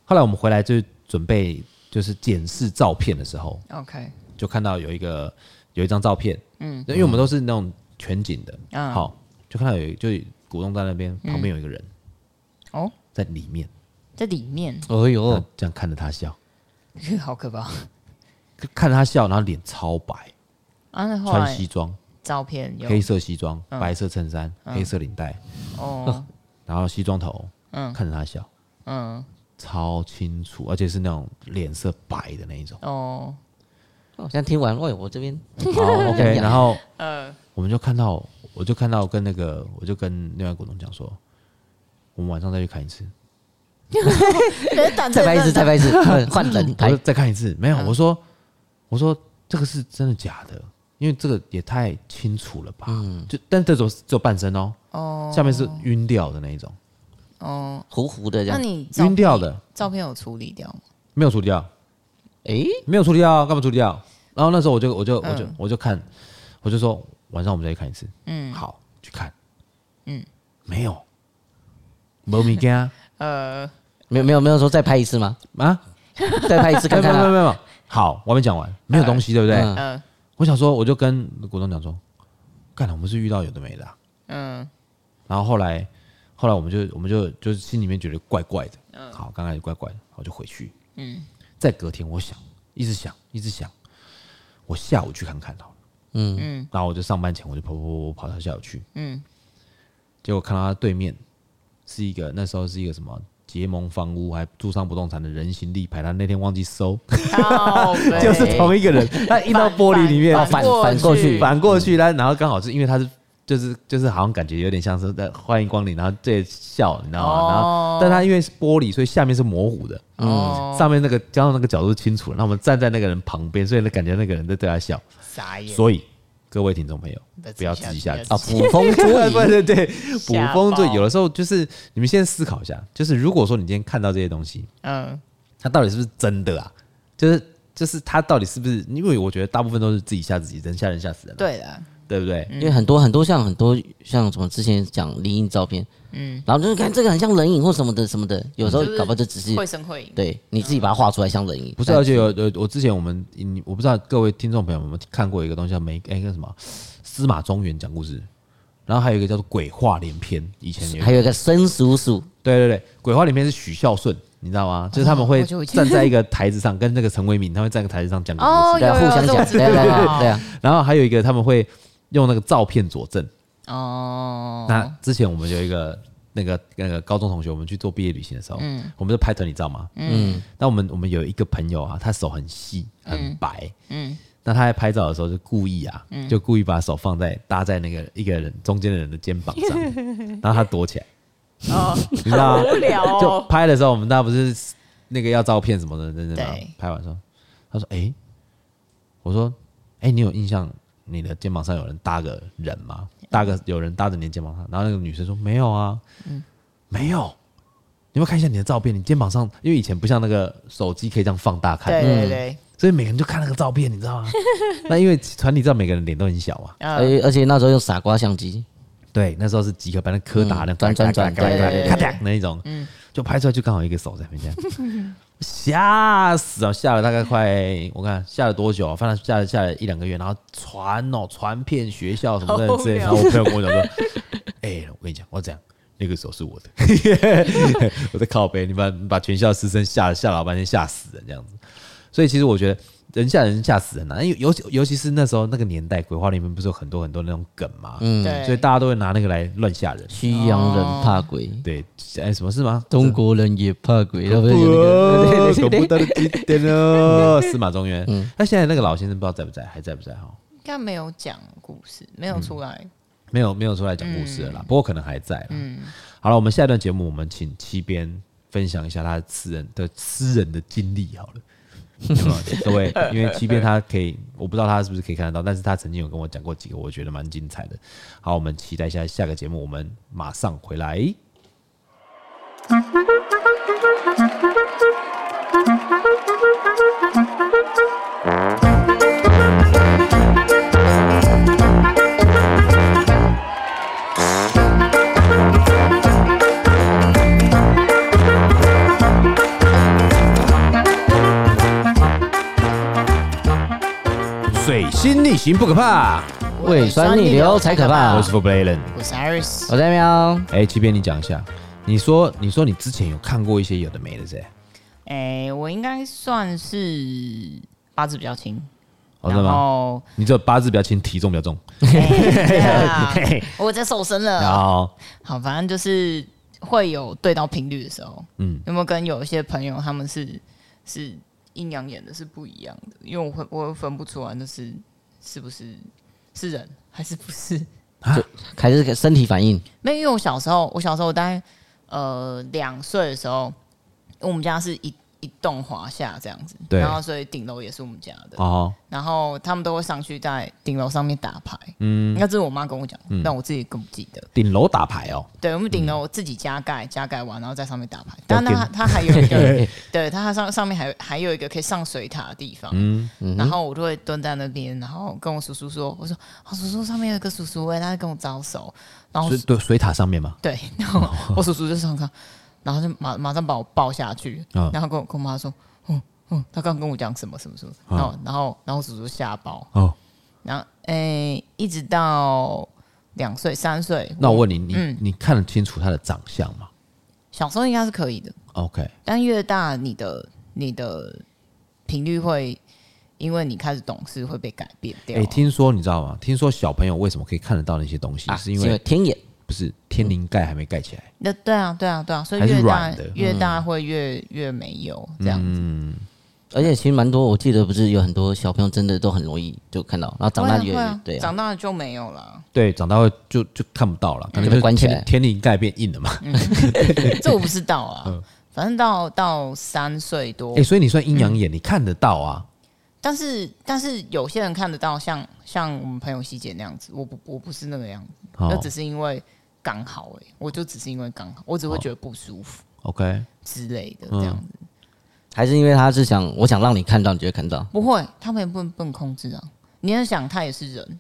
Speaker 2: 后来我们回来就准备就是检视照片的时候，
Speaker 3: ，OK，
Speaker 2: 就看到有一个有一张照片，嗯，因为我们都是那种全景的，
Speaker 3: 嗯
Speaker 2: 好，就看到有就股东在那边，旁边有一个人
Speaker 3: 哦，
Speaker 2: 在里面，
Speaker 3: 在里面，
Speaker 1: 哎
Speaker 2: 然
Speaker 1: 呦
Speaker 2: 后，这样看着他笑，
Speaker 3: 好可怕
Speaker 2: 看着他笑，然后脸超白，
Speaker 3: 啊！那后
Speaker 2: 穿
Speaker 3: 来
Speaker 2: 西装，
Speaker 3: 照片有嗯
Speaker 2: 黑色西装，白色衬衫，黑色领带，
Speaker 3: 哦，
Speaker 2: 然后西装头，看着他笑，
Speaker 3: 嗯，。
Speaker 2: 超清楚，而且是那种脸色白的那一种
Speaker 3: 哦，
Speaker 1: 好像听完，哦喂，我这边
Speaker 2: 好，OK，然
Speaker 1: 哦
Speaker 2: 后
Speaker 3: 呃，
Speaker 2: 我们就看到，我就看到跟那个，我就跟另外一个股东讲说，我们晚上再去看一次。
Speaker 3: 人胆
Speaker 1: 再拍一次，再
Speaker 3: 拍，
Speaker 1: 拍一次， 换换人
Speaker 2: 我
Speaker 1: 拍
Speaker 2: 说。再看一次，没有，
Speaker 1: 嗯
Speaker 2: 我说我说这个是真的假的，因为这个也太清楚了吧？
Speaker 1: 嗯
Speaker 2: 就但这种只有半身哦，
Speaker 3: 哦
Speaker 2: 下面是晕掉的那一种，
Speaker 3: 哦，
Speaker 1: 糊糊的这
Speaker 3: 那
Speaker 1: 样。
Speaker 3: 你照
Speaker 2: 晕掉的
Speaker 3: 照片有处理掉吗？
Speaker 2: 没有处理掉，
Speaker 1: 诶，
Speaker 2: 没有处理掉，干嘛处理掉？然后那时候我就我就我就
Speaker 1: 嗯
Speaker 2: 我就看，我就说晚上我们再去看一次，嗯，好，去看，嗯，没有，没米干啊
Speaker 3: 呃，
Speaker 1: 没有没有没有说再拍一次 吗？
Speaker 2: 啊，
Speaker 1: 再拍一次
Speaker 2: 没
Speaker 1: 看
Speaker 2: 有没
Speaker 1: 看
Speaker 2: 有没有没
Speaker 1: 啊。
Speaker 2: 有，好，我还没讲完，没有东西，对不对？
Speaker 1: 嗯
Speaker 3: 呃，
Speaker 2: 我想说，我就跟股东讲说，干了，我们是遇到有的没的啊、
Speaker 3: 嗯，
Speaker 2: 然后后来，后来我们就我们就就是心里面觉得怪怪的，好，刚开始怪怪的，我就回去，嗯，再隔天我想，一直想，一直想，我下午去看看好了，嗯嗯，然后我就上班前我就跑跑跑跑跑到下午去，嗯，结果看到他对面是一个那时候是一个什么结盟房屋还住商不动产的人形立牌，他那天忘记收，
Speaker 3: 靠背
Speaker 2: 就是同一个 人，他印到玻璃里面，
Speaker 1: 反反过去
Speaker 2: 反过去啦，然后刚好是因为他是就是就是好像感觉有点像是在欢迎光临，然后这笑，你知道吗？然后但他因为是玻璃，所以下面是模糊的，嗯
Speaker 3: 哦，
Speaker 2: 上面那个加上那个角度是清楚的。那我们站在那个人旁边，所以感觉那个人在对他笑。
Speaker 3: 傻眼，
Speaker 2: 所以各位听众朋友，不要
Speaker 3: 自
Speaker 2: 自
Speaker 3: 己
Speaker 2: 己
Speaker 3: 下
Speaker 2: 下
Speaker 3: 去
Speaker 2: 去
Speaker 1: 啊，捕风捉
Speaker 2: 对
Speaker 1: 影。
Speaker 2: 对对，捕
Speaker 3: 吓
Speaker 2: 风捉影
Speaker 3: 爆
Speaker 2: 有的时候就是你们先思考一下，就是如果说你今天看到这些东西，
Speaker 3: 嗯
Speaker 2: 它到底是不是真的啊？就是就是它到底是不是？因为我觉得大部分都是自己吓自己，人吓人吓死人、啊，
Speaker 3: 对了，
Speaker 2: 对不对？
Speaker 1: 因为很多很多像很多像什么之前讲灵异照片，嗯，然后就是看这个很像人影或什么的什么的，有时候
Speaker 3: 就是
Speaker 1: 搞不好就只是
Speaker 3: 会声会影，
Speaker 1: 对你自己把它画出来像人影，
Speaker 2: 不是，而且有有我之前我们你我不知道各位听众朋友们有没有看过一个东西叫梅哎、那个什么司马中原讲故事，然后还有一个叫做鬼话连篇，以前有一个
Speaker 1: 还有一个生叔叔，
Speaker 2: 对对对，鬼话连篇是许孝顺，你知道吗？就是他们会
Speaker 3: 哦我就已经
Speaker 2: 站在一个台子上，跟那个陈为民他们会站在一个台子上讲故事，
Speaker 3: 哦
Speaker 1: 对啊，
Speaker 3: 有
Speaker 1: 互
Speaker 3: 有
Speaker 1: 相
Speaker 3: 这
Speaker 1: 讲
Speaker 3: 我，
Speaker 1: 对
Speaker 3: 知
Speaker 1: 啊对啊对
Speaker 3: 道
Speaker 1: 啊对啊，
Speaker 2: 然后还有一个他们会用那个照片佐证。
Speaker 3: 哦，
Speaker 2: 那之前我们有一个那个那个高中同学，我们去做毕业旅行的时候，
Speaker 3: 嗯
Speaker 2: 我们就拍团体照嘛，嗯，那我们我们有一个朋友啊，他手很细很白，嗯，那他在拍照的时候就故意啊，
Speaker 3: 嗯
Speaker 2: 就故意把手放在搭在那个一个人中间的人的肩膀上， 然后他躲起来，
Speaker 3: 哦，
Speaker 2: 你知道吗？
Speaker 3: 无聊
Speaker 2: 就
Speaker 3: 哦，
Speaker 2: 拍的时候，我们大家不是那个要照片什么的，真的吗
Speaker 3: 对？
Speaker 2: 拍完说，他说：“哎、我说，哎、你有印象你的肩膀上有人搭个人吗？
Speaker 3: 嗯
Speaker 2: 搭个有人搭着你的肩膀上？”然后那个女生说：“没有啊，
Speaker 3: 嗯
Speaker 2: 没有。”你要不要看一下你的照片，你肩膀上，因为以前不像那个手机可以这样放大看，
Speaker 3: 对对对，
Speaker 2: 所以每个人就看那个照片，你知道吗？那因为团体照每个人脸都很小啊嘛，
Speaker 1: 而
Speaker 3: 嗯，
Speaker 1: 且而且那时候用傻瓜相机，
Speaker 2: 对，那时候是即刻把那柯达那
Speaker 1: 转转转
Speaker 2: 咔
Speaker 1: 嗯对嗯
Speaker 3: 对
Speaker 2: 咔咔那一种，就拍出来就刚好一个手在那边这样， 吓死了，吓了大概快，我看吓了多久啊？反正吓了吓了一两个月，然后传哦传遍学校什么的
Speaker 3: 好
Speaker 2: 之类的，然
Speaker 3: 妙
Speaker 2: 后我朋友跟我讲说， 哎，我跟你讲，我讲那个手是我的， 我在靠背，你把你把全校师生吓吓老半天，吓死人这样子。所以其实我觉得人吓人吓死人啊，因为尤其尤其是那时候那个年代，鬼话里面不是有很多很多那种梗嘛，嗯，
Speaker 3: 对
Speaker 2: 所以大家都会拿那个来乱吓人。
Speaker 1: 西洋人怕鬼，
Speaker 2: 对，哎，什么事吗？
Speaker 1: 中国人也怕鬼，要不然有那个对
Speaker 2: 哦
Speaker 1: 对
Speaker 2: 恐
Speaker 1: 对对
Speaker 2: 怖到了极点哦！司马中原，
Speaker 1: 嗯
Speaker 2: 那现在那个老先生不知道在不在，还在不在哈？
Speaker 3: 应该没有讲故事，没有出来，
Speaker 2: 没有没有出来讲故事了
Speaker 1: 嗯
Speaker 2: 啦，不过可能还在啦。好了，我们下一段节目，我们请七边分享一下他的私人的私人的经历 好了。有没有各位，因为七边他可以，我不知道他是不是可以看得到，但是他曾经有跟我讲过几个，我觉得蛮精彩的。好，我们期待一下下个节目，我们马上回来。水星逆行不可怕，
Speaker 1: 胃酸逆流才可怕
Speaker 2: 我是 For b l a y l a n
Speaker 3: 我是 Iris，
Speaker 1: 我在喵，
Speaker 2: 哎，七边你讲一下，你说你说你之前有看过一些有的没的噻？
Speaker 3: 哎、我应该算是八字比较轻，
Speaker 2: 哦，真的
Speaker 3: 然
Speaker 2: 吗？
Speaker 3: 后、
Speaker 2: 你这八字比较轻，体重比较重。
Speaker 3: 对啊我在瘦身了。
Speaker 2: 然后，
Speaker 3: 好，反正就是会有对到频率的时候，
Speaker 2: 嗯
Speaker 3: 嗯，有没有跟有一些朋友他们是是阴阳眼的是不一样的，因为我会我会分不出来那是是不是是人还是不是。
Speaker 1: 还是身体反应，
Speaker 3: 没有，因为我小时候，我小时候大概呃两岁的时候，我们家是一一栋华夏这样子，
Speaker 2: 对
Speaker 3: 然后所以顶楼也是我们家的，
Speaker 2: 哦，
Speaker 3: 然后他们都会上去在顶楼上面打牌，嗯，那这是我妈跟我讲，但我自己更不记得。
Speaker 2: 顶楼打牌哦，
Speaker 3: 对我们顶楼自己加盖，加盖完然后在上面打牌，
Speaker 2: 要
Speaker 3: 但那它
Speaker 2: 跟
Speaker 3: 它还有 一个，对它上上面还有还有一个可以上水塔的地方，
Speaker 2: 嗯，
Speaker 3: 然后我就会蹲在那边，然后跟我叔叔说，我说啊叔叔上面有一个叔叔哎、他在跟我招手，然后
Speaker 2: 水对水塔上面嘛，
Speaker 3: 对，然后
Speaker 2: 哦
Speaker 3: 我叔叔就上看，然后就马马上把我抱下去，
Speaker 2: 嗯
Speaker 3: 然后跟我跟我妈说，嗯嗯，他刚刚跟我讲什么什么什么，
Speaker 2: 嗯
Speaker 3: 然后然后然后叔叔吓爆，
Speaker 2: 哦，
Speaker 3: 然后诶、一直到两岁三岁，
Speaker 2: 那我问你，你
Speaker 3: 嗯
Speaker 2: 你看得清楚他的长相吗
Speaker 3: 小时候应该是可以的，
Speaker 2: ？OK，
Speaker 3: 但越大你的你的频率会因为你开始懂事会被改变掉，
Speaker 2: 哎，听说你知道吗？听说小朋友为什么可以看得到那些东西，
Speaker 1: 啊，
Speaker 2: 是因为
Speaker 1: 天眼
Speaker 2: 不是天灵盖还没盖起来，
Speaker 3: 那对啊对啊对啊，所以
Speaker 2: 还是
Speaker 3: 越大
Speaker 2: 软的嗯
Speaker 3: 越大会越越没有这样子，
Speaker 1: 而且其实蛮多，我记得不是有很多小朋友真的都很容易就看到，然后
Speaker 2: 嗯
Speaker 1: 长大
Speaker 3: 会
Speaker 1: 越
Speaker 3: 啊会啊
Speaker 1: 对啊，
Speaker 3: 长大了就没有了。
Speaker 2: 对，长大后就就看不到了，可能就
Speaker 1: 被关起
Speaker 2: 天
Speaker 1: 来
Speaker 2: 天灵盖变硬了嘛。
Speaker 3: 这我不知道啊，反正到到三岁多，
Speaker 2: 嗯哎，所以你算阴阳眼，你看得到啊？
Speaker 3: 但是但是有些人看得到像，像我们朋友希姐那样子，我不我不是那个样子，那、
Speaker 2: 哦
Speaker 3: 只是因为刚好哎、我就只是因为刚好，我只
Speaker 2: 哦
Speaker 3: 会觉得不舒服
Speaker 2: ，OK，
Speaker 3: 之类
Speaker 2: 嗯
Speaker 3: 的这样子，
Speaker 1: 还是因为他是想我想让你看到，你就会看到。
Speaker 3: 不会，他们也不能不能控制啊。你要想，他也是人，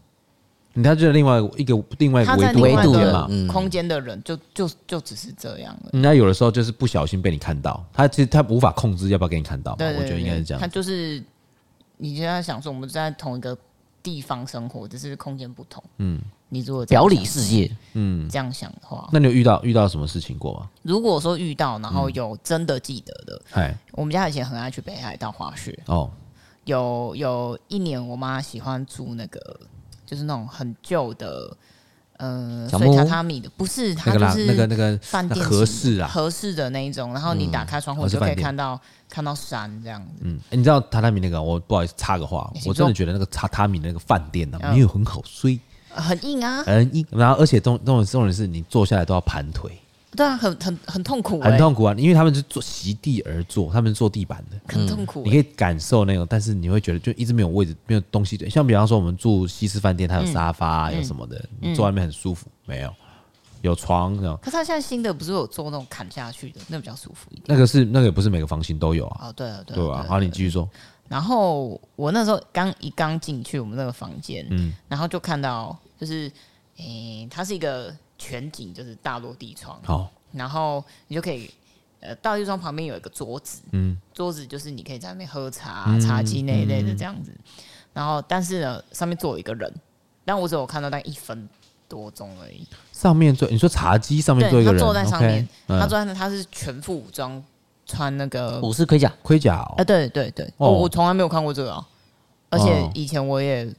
Speaker 2: 你他就是另外一个另外一个
Speaker 3: 他在
Speaker 2: 维度
Speaker 3: 另
Speaker 1: 另
Speaker 2: 空间
Speaker 1: 外一个
Speaker 3: 外
Speaker 2: 嘛
Speaker 3: 的
Speaker 1: 维。嗯
Speaker 3: 空间的人，就就就只是这样了。
Speaker 2: 人家有的时候就是不小心被你看到，他其实他无法控制要不要给你看到嘛，
Speaker 3: 对对
Speaker 2: 我觉得应该是这
Speaker 3: 他
Speaker 2: 样。
Speaker 3: 就是你现在想说，我们在同一个地方生活，只是空间不同。嗯，你如果这样
Speaker 1: 表里
Speaker 3: 想
Speaker 1: 世界，
Speaker 3: 这样想的话，
Speaker 2: 那你有遇到遇到什么事情过吗？
Speaker 3: 如果说遇到然后有真的记得的，
Speaker 2: 哎，
Speaker 3: 我们家以前很爱去北海道滑雪，
Speaker 2: 哦，
Speaker 3: 有有一年我妈喜欢住那个就是那种很旧的。呃，
Speaker 1: 小
Speaker 3: 睡
Speaker 1: 木屋
Speaker 3: 榻榻米的不是，它
Speaker 2: 那个啦
Speaker 3: 就，是
Speaker 2: 那个那个
Speaker 3: 饭
Speaker 2: 那
Speaker 3: 店
Speaker 2: 合
Speaker 3: 型
Speaker 2: 适
Speaker 3: 的
Speaker 2: 啊。
Speaker 3: 合适的那一种。然后你打开窗户
Speaker 2: 合适
Speaker 3: 就可以
Speaker 2: 饭店
Speaker 3: 看到看到山这样子。
Speaker 2: 嗯，哎你知道榻榻米那个，我不好意思插个话
Speaker 3: 你，说
Speaker 2: 我真的觉得那个榻榻米那个饭店呢、啊，
Speaker 3: 嗯
Speaker 2: 没有很好睡，
Speaker 3: 呃很硬啊，
Speaker 2: 很硬。然后而且重重点重点是你坐下来都要盘腿，
Speaker 3: 对啊，很很很痛苦、欸，
Speaker 2: 很，痛苦啊，因为他们是坐席地而坐，他们是坐地板的。
Speaker 3: 很痛苦、
Speaker 2: 你可
Speaker 3: 欸
Speaker 2: 以感受那种，但是你会觉得就一直没有位置，没有东西。像比方说，我们住西式饭店，它有沙发、有什么的，
Speaker 3: 嗯
Speaker 2: 你坐外面很舒服。没有，有床，那种
Speaker 3: 可是他现在新的不是有做那种砍下去的，那比较舒服一点。
Speaker 2: 那个是那个也不是每个房型都有啊，
Speaker 3: 哦，对了，对
Speaker 2: 对
Speaker 3: 了，
Speaker 2: 吧、
Speaker 3: 对了
Speaker 2: 好，你继续说。
Speaker 3: 然后我那时候刚一刚进去我们那个房间，
Speaker 2: 嗯
Speaker 3: 然后就看到就是，诶、它是一个全景，就是大落地窗，
Speaker 2: 好，
Speaker 3: 然后你就可以，呃，大落地窗旁边有一个桌子，
Speaker 2: 嗯，
Speaker 3: 桌子就是你可以在那边喝茶、茶几那一类的这样子。然后但是呢，上面坐有一个人，但我只有看到大概一分多钟而已。
Speaker 2: 上面坐，你说茶几上面
Speaker 3: 对
Speaker 2: 坐一个
Speaker 3: 他
Speaker 2: 人，
Speaker 3: 坐在上面
Speaker 2: OK，嗯、
Speaker 3: 他坐在那，他是全副武装，穿那个
Speaker 1: 武士盔甲，
Speaker 2: 盔甲、哦
Speaker 3: 啊，对对对，
Speaker 2: 哦
Speaker 3: 我我从来没有看过这个、啊，而且
Speaker 2: 哦
Speaker 3: 以前我也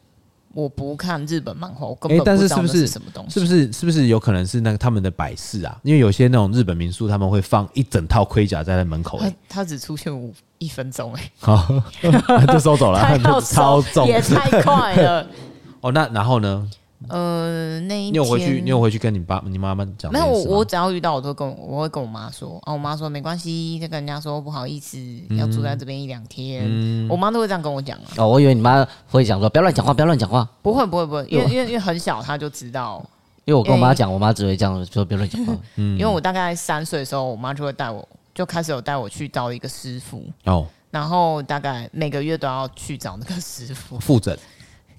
Speaker 3: 我不看日本漫画，我根
Speaker 2: 诶
Speaker 3: 本
Speaker 2: 但
Speaker 3: 不
Speaker 2: 是
Speaker 3: 知道
Speaker 2: 是不
Speaker 3: 那
Speaker 2: 是
Speaker 3: 什么东西。
Speaker 2: 是不是是不是有可能是那个他们的摆饰啊？因为有些那种日本民宿，他们会放一整套盔甲在那门口、
Speaker 3: 他
Speaker 2: 欸，
Speaker 3: 他只出现五一分钟哎、
Speaker 2: 好， 就收走了，
Speaker 3: 太好
Speaker 2: 超重
Speaker 3: 也太快了。
Speaker 2: 哦。那然后呢？
Speaker 3: 呃，那一
Speaker 2: 你有回去，
Speaker 3: 天
Speaker 2: 你有回去跟你爸、你妈妈讲这
Speaker 3: 没
Speaker 2: 件
Speaker 3: 有
Speaker 2: 事吗？
Speaker 3: 我我只要遇到我都跟我我会跟我妈说，啊，我妈说没关系，再跟人家说不好意思，
Speaker 2: 嗯
Speaker 3: 要住在这边一两天，我妈都会这样跟我讲啊。
Speaker 1: 哦，我以为你妈会讲说不要乱讲话，不要乱讲话，
Speaker 3: 不会不会不会，因为
Speaker 1: 有
Speaker 3: 因为因为很小她就知道，
Speaker 1: 因为我跟我妈讲，我妈只会这样说不要乱讲话。
Speaker 2: 嗯
Speaker 3: 因为我大概三岁的时候，我妈就会带我就开始有带我去找一个师傅，
Speaker 2: 哦，
Speaker 3: 然后大概每个月都要去找那个 师傅，
Speaker 2: 复诊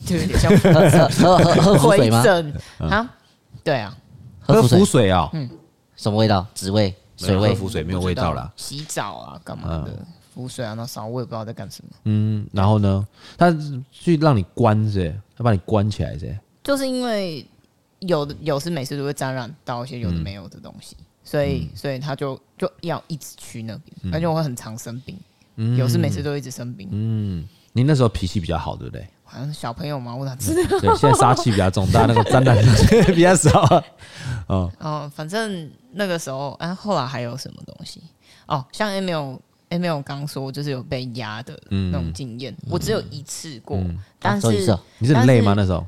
Speaker 3: 就有点像
Speaker 1: 喝喝喝喝喝符
Speaker 3: 回
Speaker 1: 水吗？
Speaker 3: 诊
Speaker 2: 嗯
Speaker 3: 啊。对啊，
Speaker 1: 喝
Speaker 2: 符
Speaker 1: 符水
Speaker 2: 水啊，
Speaker 3: 嗯
Speaker 1: 什么味道？紫味、水
Speaker 2: 喝
Speaker 1: 味？
Speaker 2: 符水没有味道啦。
Speaker 3: 洗澡啊，干嘛的，浮水啊，那啥我也不知道在干什么。
Speaker 2: 嗯，然后呢，他去让你关是不是，他把你关起来是不是。
Speaker 3: 就是因为有的有时每次都会沾染到一些有的没有的东西，所以所以他就就要一直去那边，而且我会很常生病，有时每次都一直生病，
Speaker 2: 你那时候脾气比较好，对不对？
Speaker 3: 好像小朋友嘛，我哪知道？
Speaker 2: 对，现在杀气比较重，但那个沾染 比较少啊。
Speaker 3: 哦，反正那个时候，啊，后来还有什么东西？哦，像 e m i l e m i l 刚说，就是有被压的那种经验，我只有一次过，但
Speaker 1: 说一
Speaker 3: 是
Speaker 1: 次哦
Speaker 2: 你是很累吗？那
Speaker 3: 但
Speaker 2: 时候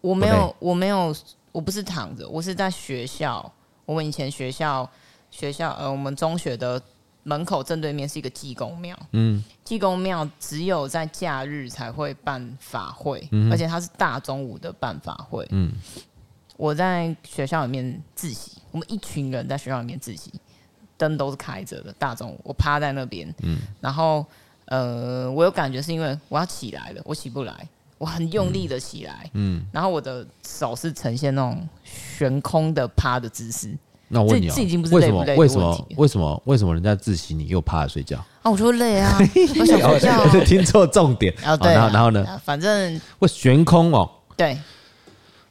Speaker 3: 我没
Speaker 2: 不
Speaker 3: 有，我没有，我不是躺着，我是在学校，我们以前学校学校呃，我们中学的门口正对面是一个济公庙，
Speaker 2: 嗯
Speaker 3: 济公庙只有在假日才会办法会，
Speaker 2: 嗯哼
Speaker 3: 而且它是大中午的办法会。
Speaker 2: 嗯
Speaker 3: 我在学校里面自习，我们一群人在学校里面自习，灯都是开着的，大中午我趴在那边，
Speaker 2: 嗯
Speaker 3: 然后呃，我有感觉是因为我要起来了，我起不来，我很用力的起来，
Speaker 2: 嗯，
Speaker 3: 然后我的手是呈现那种悬空的趴的姿势，
Speaker 2: 那我问你、
Speaker 3: 这这已经
Speaker 2: 哦，
Speaker 3: 不是
Speaker 2: 为
Speaker 3: 累
Speaker 2: 什
Speaker 3: 不
Speaker 2: 么
Speaker 3: 累的
Speaker 2: 为什
Speaker 3: 问
Speaker 2: 么
Speaker 3: 题
Speaker 2: 为什么为什么人家自习你又趴着睡觉？
Speaker 3: 啊，我就累 啊，我想睡觉、
Speaker 2: 我 听错重点
Speaker 3: 啊，
Speaker 2: 好哦
Speaker 3: 对
Speaker 2: 然
Speaker 3: 啊
Speaker 2: 后然后呢？
Speaker 3: 啊反正
Speaker 2: 会悬空哦，
Speaker 3: 对，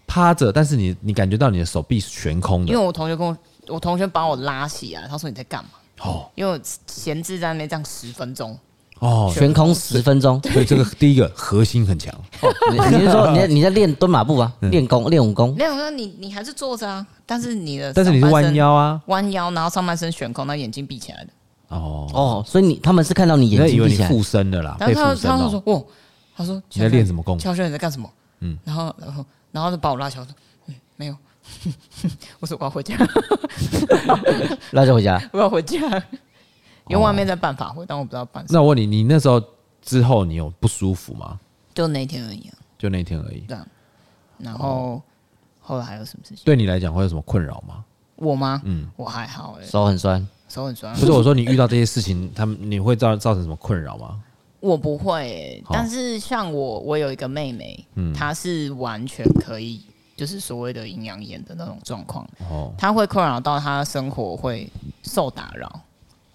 Speaker 2: 趴着，但是你你感觉到你的手臂是悬空
Speaker 3: 因为
Speaker 2: 的
Speaker 3: 我同学跟我，我同学把我拉起来，他说你在干嘛？
Speaker 2: 哦
Speaker 3: 因为我闲置在那边这样十分钟，
Speaker 2: 哦，
Speaker 1: 悬空十分钟。
Speaker 2: 所以这个第一个核心很强，
Speaker 1: 你你是说你在你在练蹲马步啊？
Speaker 2: 嗯
Speaker 1: 练功练武功？
Speaker 3: 没有，那你你还是坐着啊，但是你的
Speaker 2: 但是你是
Speaker 3: 上
Speaker 2: 弯
Speaker 3: 半身，
Speaker 2: 腰啊，
Speaker 3: 弯腰，然后上半身悬空，那眼睛闭起来的。
Speaker 2: 哦，
Speaker 1: 哦，所以你他们是看到你
Speaker 2: 你在
Speaker 1: 眼
Speaker 2: 以
Speaker 1: 睛
Speaker 2: 为
Speaker 1: 闭
Speaker 2: 你
Speaker 1: 起来，
Speaker 2: 附身了啦，
Speaker 3: 然
Speaker 2: 被
Speaker 3: 后
Speaker 2: 附
Speaker 3: 他
Speaker 2: 身
Speaker 3: 他就
Speaker 2: 了
Speaker 3: 说，哇，他说
Speaker 2: 哦你在练什么功
Speaker 3: 乔轩你在干什么？
Speaker 2: 嗯
Speaker 3: 嗯，然后然后然后就把我拉起来，我说嗯没有， 我说我要回家，
Speaker 1: 那就回
Speaker 2: 嗯
Speaker 1: 家。
Speaker 3: 我要回家，因为外面在办法会，但我不知道办什么，
Speaker 2: 那我问你，你那时候之后你有不舒服吗？
Speaker 3: 就那一天而已、啊。
Speaker 2: 就那天而已，
Speaker 3: 然
Speaker 2: 哦
Speaker 3: 后后来还有什么事情？
Speaker 2: 对你来讲会有什么困扰吗？
Speaker 3: 我吗？
Speaker 2: 嗯
Speaker 3: 嗯，我还好哎、
Speaker 1: 手很酸，
Speaker 3: 手很酸啊
Speaker 2: 不。是我说你遇到这些事情，他们你会造造成什么困扰吗？
Speaker 3: 我不会欸、
Speaker 2: 好嗯
Speaker 3: 但是像我，我有一个妹妹，她是完全可以，就是所谓的阴阳眼的那种状况，
Speaker 2: 哦，
Speaker 3: 她会困扰到她生活会受打扰。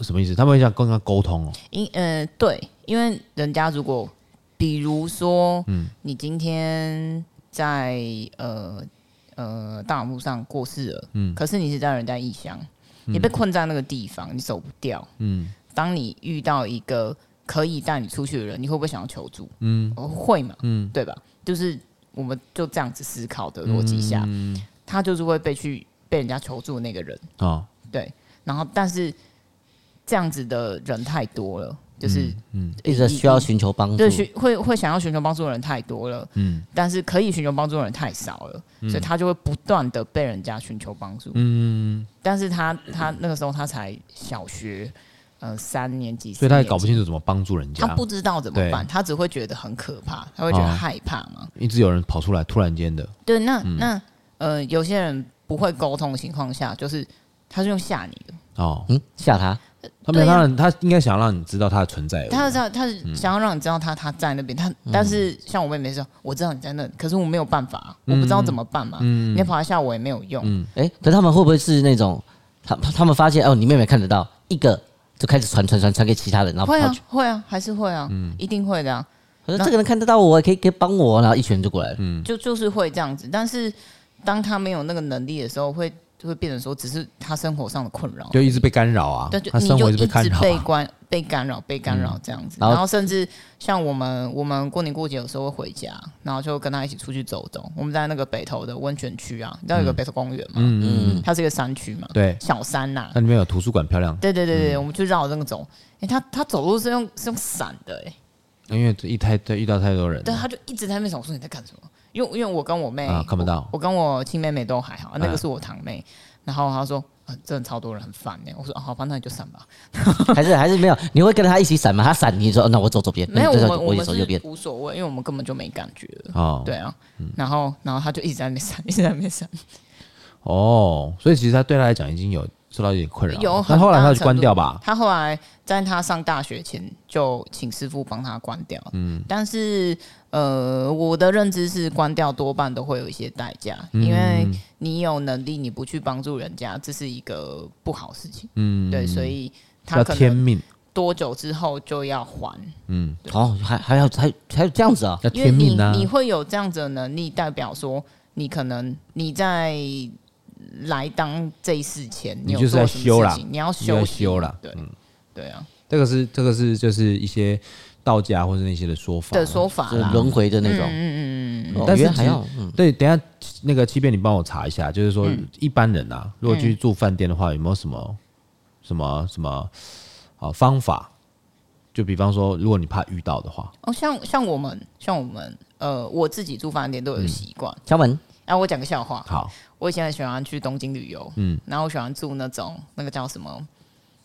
Speaker 2: 什么意思？他们会想跟他沟通哦，
Speaker 3: 因呃，对，因为人家如果，比如说，
Speaker 2: 嗯
Speaker 3: 你今天在呃呃大马路上过世了，
Speaker 2: 嗯
Speaker 3: 可是你是在人家异乡，你被困在那个地方，你走不掉。
Speaker 2: 嗯
Speaker 3: 当你遇到一个可以带你出去的人，你会不会想要求助？
Speaker 2: 嗯
Speaker 3: 哦，会嘛？
Speaker 2: 嗯，
Speaker 3: 对吧？就是我们就这样子思考的逻辑下，
Speaker 2: 嗯
Speaker 3: 他就是会被去被人家求助的那个人，
Speaker 2: 哦，
Speaker 3: 对。然后，但是这样子的人太多了，就是
Speaker 2: 嗯
Speaker 1: 一直需要寻求帮助
Speaker 3: 对。寻会会想要寻求帮助的人太多了，
Speaker 2: 嗯
Speaker 3: 但是可以寻求帮助的人太少了，所以他就会不断的被人家寻求帮助。
Speaker 2: 嗯，
Speaker 3: 但是他他那个时候他才小学，呃，三年级，
Speaker 2: 所以他也
Speaker 3: 四年级
Speaker 2: 搞不清楚怎么帮助人家
Speaker 3: 他，不知道怎
Speaker 2: 对
Speaker 3: 么办，他只会觉得很可怕，他会觉得
Speaker 2: 哦
Speaker 3: 害怕嘛。
Speaker 2: 一直有人跑出来，突然间的，
Speaker 3: 对，那、
Speaker 2: 嗯
Speaker 3: 那呃，有些人不会沟通的情况下，就是他是用吓你的，
Speaker 2: 哦，
Speaker 1: 嗯，吓他，
Speaker 2: 他没有
Speaker 3: 对啊
Speaker 2: 让你他应该想要让你知道他的存在而已，
Speaker 3: 他是要他
Speaker 2: 嗯
Speaker 3: 是想要让你知道他他在那边，他、但是像我妹妹说，我知道你在那里，可是我没有办法啊，
Speaker 2: 嗯
Speaker 3: 我不知道怎么办嘛，你要跑来吓我也没有用，
Speaker 1: 哎、可是他们会不会是那种，他他们发现哦，你妹妹看得到一个，就开始传传传传给其他人，然后
Speaker 3: 会
Speaker 1: 跑
Speaker 3: 啊
Speaker 1: 去，
Speaker 3: 会啊，还是会啊，
Speaker 2: 嗯
Speaker 3: 一定会的啊，
Speaker 1: 可是这个人看得到我，可以可以帮我，然后一群人就过来了。
Speaker 2: 嗯
Speaker 3: 就就是会这样子，但是当他没有那个能力的时候，会就会变成说，只是他生活上的困扰，
Speaker 2: 就一直被干扰啊
Speaker 3: 对，就，
Speaker 2: 他
Speaker 3: 你
Speaker 2: 生活
Speaker 3: 就
Speaker 2: 一
Speaker 3: 一
Speaker 2: 直被干
Speaker 3: 直
Speaker 2: 扰啊，
Speaker 3: 被关 被干扰被干
Speaker 2: 嗯
Speaker 3: 扰这样子，
Speaker 1: 然后
Speaker 3: 然后甚至像我们我们过年过节有时候会回家，然后就跟他一起出去走走。我们在那个北投的温泉区啊，你知道有个北投公园嘛？
Speaker 2: 嗯嗯，
Speaker 3: 它是一个山区嘛，
Speaker 2: 对，嗯
Speaker 3: 小山呐、
Speaker 2: 那里面有图书馆漂亮，
Speaker 3: 对对对对，我们就绕着那个走。哎、他他走路是用是用闪的、诶
Speaker 2: 因为一太对遇到太多人了，
Speaker 3: 对，他就一直在那边想我说你在干什么？因为因为我跟我妹、
Speaker 2: 啊看不到
Speaker 3: 我，我跟我亲妹妹都还好，那
Speaker 2: 嗯
Speaker 3: 个是我堂妹。然后她说，啊，真的超多人，很烦呢、我说，啊好吧，那你就闪吧。
Speaker 1: 还是还是没有，你会跟他一起闪吗？他闪，你说、哦那我走左边，
Speaker 3: 没有，
Speaker 1: 那
Speaker 3: 我
Speaker 1: 你就
Speaker 3: 们
Speaker 1: 我
Speaker 3: 我
Speaker 1: 也
Speaker 3: 们
Speaker 1: 走右边
Speaker 3: 是。无所谓，因为我们根本就没感觉了。
Speaker 2: 哦，
Speaker 3: 对啊，然后然后他就一直在那边闪，一 直在那边闪。
Speaker 2: 哦，所以其实他对他来讲已经有受到一点困扰了，
Speaker 3: 有
Speaker 2: 但
Speaker 3: 很
Speaker 2: 后来
Speaker 3: 大
Speaker 2: 他
Speaker 3: 的
Speaker 2: 就关
Speaker 3: 程度
Speaker 2: 掉吧，
Speaker 3: 他后来在他上大学前就请师傅帮他关掉。嗯，但是呃，我的认知是关掉多半都会有一些代价，因为你有能力你不去帮助人家，这是一个不好事情。
Speaker 2: 嗯，
Speaker 3: 对，所以他
Speaker 2: 叫
Speaker 3: 可
Speaker 2: 天
Speaker 3: 能
Speaker 2: 命，
Speaker 3: 多久之后就要还，
Speaker 2: 嗯，
Speaker 1: 哦，还还有还还有这样子啊、
Speaker 2: 叫
Speaker 3: 因为
Speaker 2: 天
Speaker 3: 你
Speaker 2: 命啊，
Speaker 3: 你会有这样子的能力，代表说你可能你在来当这一世前，
Speaker 2: 你
Speaker 3: 有
Speaker 2: 就是
Speaker 3: 做
Speaker 2: 在
Speaker 3: 什么
Speaker 2: 修
Speaker 3: 事
Speaker 2: 啦
Speaker 3: 情你要
Speaker 2: 你
Speaker 3: 休
Speaker 2: 要
Speaker 3: 息
Speaker 2: 修啦
Speaker 3: 对
Speaker 2: 嗯
Speaker 3: 对啊
Speaker 2: 这个是这个是就是一些道家或者那些的说法
Speaker 3: 的说法
Speaker 1: 就是
Speaker 3: 啦，
Speaker 1: 轮回的那种。
Speaker 3: 嗯嗯嗯嗯
Speaker 1: 哦
Speaker 2: 但是
Speaker 1: 原来还
Speaker 2: 其实
Speaker 1: 要嗯，
Speaker 2: 对，等一下那个七遍你帮我查一下，就是说
Speaker 3: 嗯
Speaker 2: 一般人啊，如果去住饭店的话，有没有什么什么什么啊方法？就比方说，如果你怕遇到的话，
Speaker 3: 哦，像像我们像我们呃，我自己住饭店都有习惯。
Speaker 1: 敲门
Speaker 3: 哎、我讲个笑话，
Speaker 2: 嗯好，
Speaker 3: 我以前很喜欢去东京旅游，
Speaker 2: 嗯
Speaker 3: 嗯，然后我喜欢住那种那个叫什么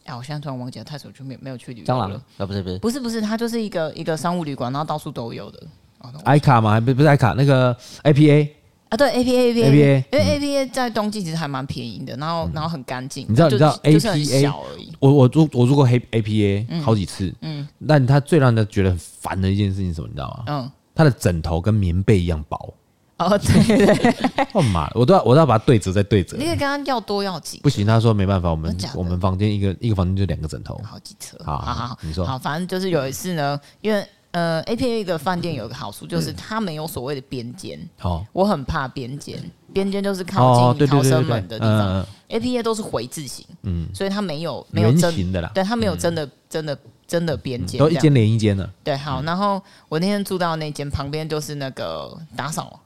Speaker 3: 啊，我现在突然忘记了，太久就没有没有去旅游
Speaker 1: 蟑螂
Speaker 3: 了。
Speaker 1: 啊，不是不是，
Speaker 3: 不是不是，它就是一个一个商务旅馆，然后到处都有的。哦那我
Speaker 2: 艾卡嘛，还不不是艾卡，那个 IPA，
Speaker 3: 啊，对 A P A P
Speaker 2: APA
Speaker 3: 因为 A P A 在冬季其实还蛮便宜的，然后然后很干净，
Speaker 2: 你知道你
Speaker 3: 就
Speaker 2: 知道
Speaker 3: 就是很
Speaker 2: APA
Speaker 3: 小而已。
Speaker 2: 我我住我住过黑 APA 好几次，嗯，但它最让人家觉得很烦的一件事情是什么，你知道吗？
Speaker 3: 嗯，
Speaker 2: 它的枕头跟棉被一样薄，
Speaker 3: 哦 对对对，
Speaker 2: 我妈，我都要我都要把它对折再对折
Speaker 3: 你，可以跟他要多要几
Speaker 2: 不行，他说没办法，我们
Speaker 3: 真假的
Speaker 2: 我们房间一个一个房间就两个枕头，
Speaker 3: 好几车，
Speaker 2: 好
Speaker 3: 好好好，
Speaker 2: 你说
Speaker 3: 好，反正就是有一次呢，因为呃 A P A 的饭店有一个好处
Speaker 2: 嗯
Speaker 3: 就是它没有所谓的边间，
Speaker 2: 好，
Speaker 3: 我很怕边间，边间就是靠
Speaker 2: 哦，
Speaker 3: 近
Speaker 2: 对对
Speaker 3: 逃
Speaker 2: 对
Speaker 3: 生
Speaker 2: 对
Speaker 3: 门
Speaker 2: 对，嗯
Speaker 3: 的地方
Speaker 2: 嗯，
Speaker 3: ，A P A 都是回字形，嗯，所以它没有没有
Speaker 2: 圆
Speaker 3: 真，
Speaker 2: 形的啦，
Speaker 3: 对，它没有真的真的真的边间，
Speaker 2: 都
Speaker 3: 这
Speaker 2: 一
Speaker 3: 样
Speaker 2: 间连一间的，
Speaker 3: 对，好，然后我那天住到那间旁边就是那个打扫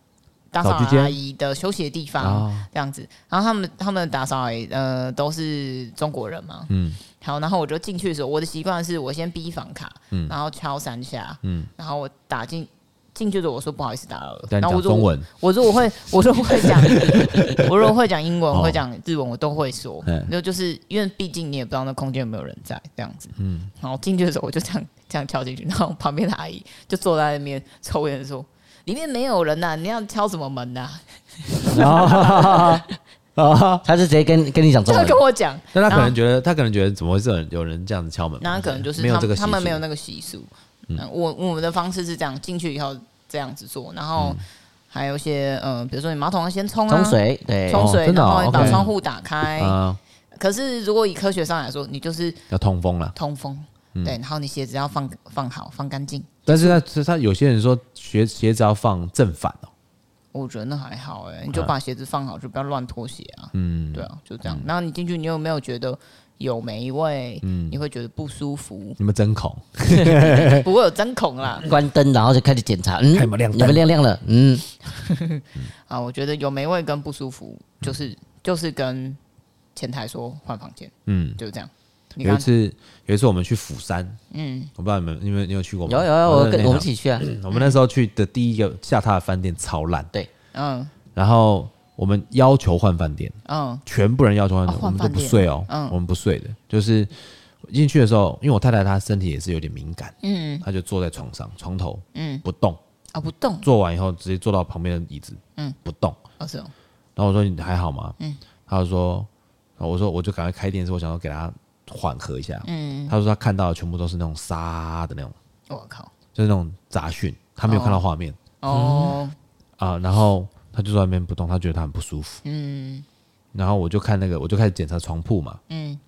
Speaker 3: 打扫
Speaker 2: 扫地间
Speaker 3: 阿姨的休息的地方
Speaker 2: 哦，
Speaker 3: 这样子。然后他们他们的打扫阿姨呃都是中国人嘛，
Speaker 2: 嗯
Speaker 3: 好，然后我就进去的时候，我的习惯是我先逼房卡，然后敲三下，
Speaker 2: 嗯，
Speaker 3: 然后我打进进去的时候我说不好意思打扰了，
Speaker 2: 但
Speaker 3: 然后
Speaker 2: 讲
Speaker 3: 我说
Speaker 2: 中文，
Speaker 3: 我说我会，我说我会 讲，我说我会讲英文，
Speaker 2: 哦
Speaker 3: 会讲日文，我都会说
Speaker 2: 嗯。
Speaker 3: 就就是因为毕竟你也不知道那空间有没有人在这样子。嗯，然后进去的时候我就这样这样敲进去，然后旁边的阿姨就坐在那边抽烟说：“里面没有人呐、啊你要敲什么门呐、
Speaker 2: 啊啊，
Speaker 1: 他是直接跟跟你讲
Speaker 3: 就
Speaker 1: 中文
Speaker 3: 跟，我讲。
Speaker 2: 但他可
Speaker 3: 然
Speaker 2: 能
Speaker 3: 后
Speaker 2: 觉得他可能觉得怎么会是有人有人这样子敲门，
Speaker 3: 那可能就是
Speaker 2: 没有
Speaker 3: 他
Speaker 2: 这个
Speaker 3: 们他们
Speaker 2: 习俗
Speaker 3: 没有那个习俗。嗯，我我们的方式是这样，进去以后这样子做，然
Speaker 2: 嗯
Speaker 3: 后还有一些嗯、呃比如说你马桶要先冲啊，
Speaker 1: 冲水对，
Speaker 3: 冲
Speaker 2: 哦
Speaker 3: 水，
Speaker 2: 真的
Speaker 3: 然
Speaker 2: 哦
Speaker 3: 后你把
Speaker 2: OK
Speaker 3: 窗户打开。
Speaker 2: 啊，
Speaker 3: 可是如果以科学上来说，你就是
Speaker 2: 要通风了。
Speaker 3: 通风，
Speaker 2: 嗯
Speaker 3: 对，然后你鞋子要放放好，放干净。
Speaker 2: 但是他他他有些人说鞋鞋子要放正反哦，，
Speaker 3: 我觉得那还好哎、你就把鞋子放好，就不要乱脱鞋啊。嗯，对啊，就这样。然后你进去，你有没有觉得有霉味？你会觉得不舒服
Speaker 2: 你们针孔
Speaker 3: 不会有针孔啦。
Speaker 1: 哦关灯，然后就开始检查，嗯，
Speaker 2: 看有没有亮灯
Speaker 1: 有没有亮亮了，嗯，
Speaker 3: 啊，我觉得有霉味跟不舒服，就是就是跟前台说换房间，
Speaker 2: 嗯，
Speaker 3: 就是这样。你
Speaker 2: 有一
Speaker 3: 看，
Speaker 2: 次有一次我们去釜山，嗯，我不知道你们你们你有去过吗？
Speaker 1: 有有有，我
Speaker 2: 那
Speaker 1: 跟
Speaker 2: 那
Speaker 1: 我们
Speaker 2: 场
Speaker 1: 一起去啊，
Speaker 2: 我们那时候去的第一个下榻的饭店超烂，
Speaker 3: 嗯
Speaker 2: 然后我们要求换饭店，
Speaker 3: 嗯
Speaker 2: 全部人要求换饭
Speaker 3: 哦
Speaker 2: 店，我
Speaker 3: 换
Speaker 2: 们都
Speaker 3: 饭店
Speaker 2: 不睡哦，
Speaker 3: 嗯
Speaker 2: 我们不睡的，就是进去的时候，因为我太太她身体也是有点敏感，
Speaker 3: 嗯
Speaker 2: 她就坐在床上床头
Speaker 3: 嗯，
Speaker 2: 不动，
Speaker 3: 啊不动，
Speaker 2: 坐完以后直接坐到旁边的椅子，
Speaker 3: 嗯，
Speaker 2: 不动。
Speaker 3: 哦是哦，
Speaker 2: 然后我说你还好吗？嗯，她就说，然后我说我就赶快开电视，我想要给她缓和一下。
Speaker 3: 嗯，
Speaker 2: 她说她看到的全部都是那种沙的那种，
Speaker 3: 我靠，
Speaker 2: 就是那种杂讯，她没有看到画面
Speaker 3: 哦，
Speaker 2: 啊、然后她就坐在那边不动，她觉得她很不舒服。
Speaker 3: 嗯
Speaker 2: 然后我就看那个，我就开始检查床铺嘛，
Speaker 3: 嗯。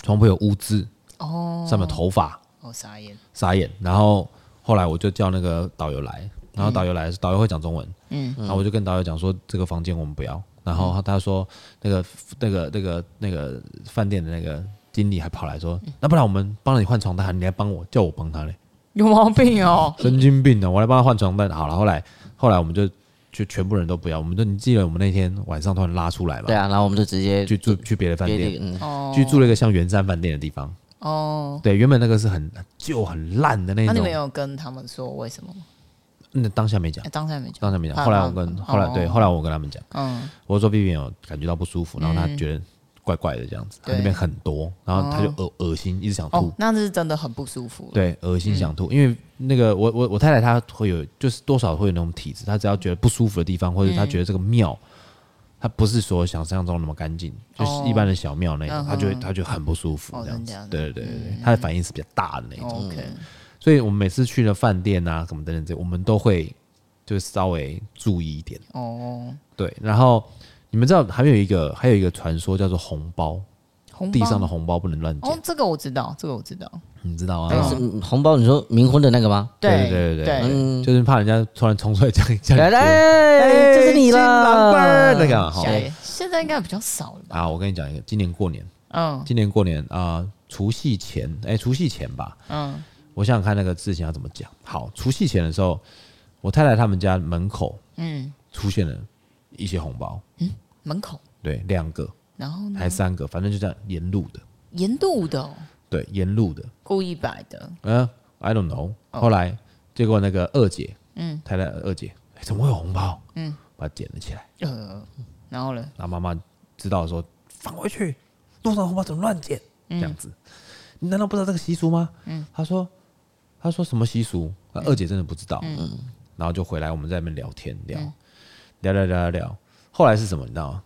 Speaker 2: 床铺有污渍，
Speaker 3: 哦，
Speaker 2: 上面有头发，
Speaker 3: 我傻眼，
Speaker 2: 傻眼。然后后来我就叫那个导游来，然后导游来，导游会讲中文，
Speaker 3: 嗯，
Speaker 2: 然后我就跟导游讲说这个房间我们不要。然后他他说那个那个那个那个饭店的那个经理还跑来
Speaker 3: 嗯
Speaker 2: 说，那不然我们帮你换床单，你来帮我，叫我帮他嘞，
Speaker 3: 有毛病哦，
Speaker 2: 神经病啊！我来帮他换床单。好了，后来后来我们就就全部人都不要，我们就你记得我们那天晚上突然拉出来嘛
Speaker 1: 对，啊，然后我们就直接
Speaker 2: 去住去别的饭
Speaker 1: 别
Speaker 2: 店
Speaker 1: 的，，嗯，
Speaker 3: 哦，
Speaker 2: 去住了一个像圆山饭店的地方。
Speaker 3: 哦，
Speaker 2: 对，原本那个是很旧、很烂的那
Speaker 1: 啊
Speaker 3: 那你
Speaker 2: 种
Speaker 3: 们。有跟他们说为什么吗？
Speaker 2: 那、当下没讲
Speaker 3: 哎，当下没讲，
Speaker 2: 当下没讲。
Speaker 3: 怕
Speaker 2: 后来我
Speaker 3: 怕
Speaker 2: 跟后来、对，
Speaker 3: 哦
Speaker 2: 后来我跟他们讲，
Speaker 3: 嗯，
Speaker 2: 我说 Vivian 有感觉到不舒服，然后他觉得怪怪的这样子，他那
Speaker 3: 对
Speaker 2: 边很多，然后他就恶恶心，一直想吐
Speaker 3: 哦，。那是真的很不舒服，，
Speaker 2: 对，恶心想
Speaker 3: 嗯
Speaker 2: 吐，因为那个我我我太太她会有，就是多少会有那种体质，她只要觉得不舒服的地方，或者她
Speaker 3: 嗯
Speaker 2: 觉得这个庙，它不是说想象中那么干净，就是一般的小庙那种，她就会她就很不舒服
Speaker 3: 嗯哦
Speaker 2: 这样子
Speaker 3: 真的假。的
Speaker 2: 对对对对，她的反应是比较大的那种。
Speaker 3: OK，
Speaker 2: 所以我们每次去了饭店啊，什么等等这，我们都会就是稍微注意一点。
Speaker 3: 哦，
Speaker 2: 对，然后你们知道还有一个还有一个传说叫做红包，
Speaker 3: 红包
Speaker 2: 地上的红包不能乱捡，
Speaker 3: 哦，这个我知道，这个我知道，
Speaker 2: 你知道
Speaker 1: 但
Speaker 2: 吗
Speaker 1: 是？嗯红包你说冥婚的那个吗？
Speaker 2: 对对嗯
Speaker 3: 对
Speaker 2: 对
Speaker 3: 对，
Speaker 2: 对，就是怕人家突然冲出来叫你叫你
Speaker 1: 来
Speaker 2: 哥，
Speaker 1: 哎来，就是你
Speaker 2: 新郎官
Speaker 1: 啦啊
Speaker 2: 儿，那个哈
Speaker 3: 现现在应该比较少了吧？
Speaker 2: 啊，我跟你讲一个，今年过年，
Speaker 3: 嗯
Speaker 2: 今年过年啊，除夕前，哎，除夕前吧，
Speaker 3: 嗯
Speaker 2: 我想想看那个事情要怎么讲。好，除夕前的时候，我太太他们家门口
Speaker 3: 嗯，
Speaker 2: 出现了一些红包，
Speaker 3: 门口，
Speaker 2: 对，两个
Speaker 3: 然后呢，
Speaker 2: 还三个，反正就这样沿路的，
Speaker 3: 盐度的哦
Speaker 2: 对，沿路的，
Speaker 3: 故意摆的，
Speaker 2: 嗯、i don't know。后来结果那个二姐，哦嗯，太太二姐、哎怎么会有红包？嗯，把它捡了起来，
Speaker 3: 呃，然后呢，
Speaker 2: 然后妈妈知道说放回去，路上的红包怎么乱捡？这样子。你难道不知道这个习俗吗？嗯，他说他说什么习俗？啊二姐真的不知道。嗯，然后就回来我们在那边聊天聊聊聊聊聊聊。后来是什么？你知道吗？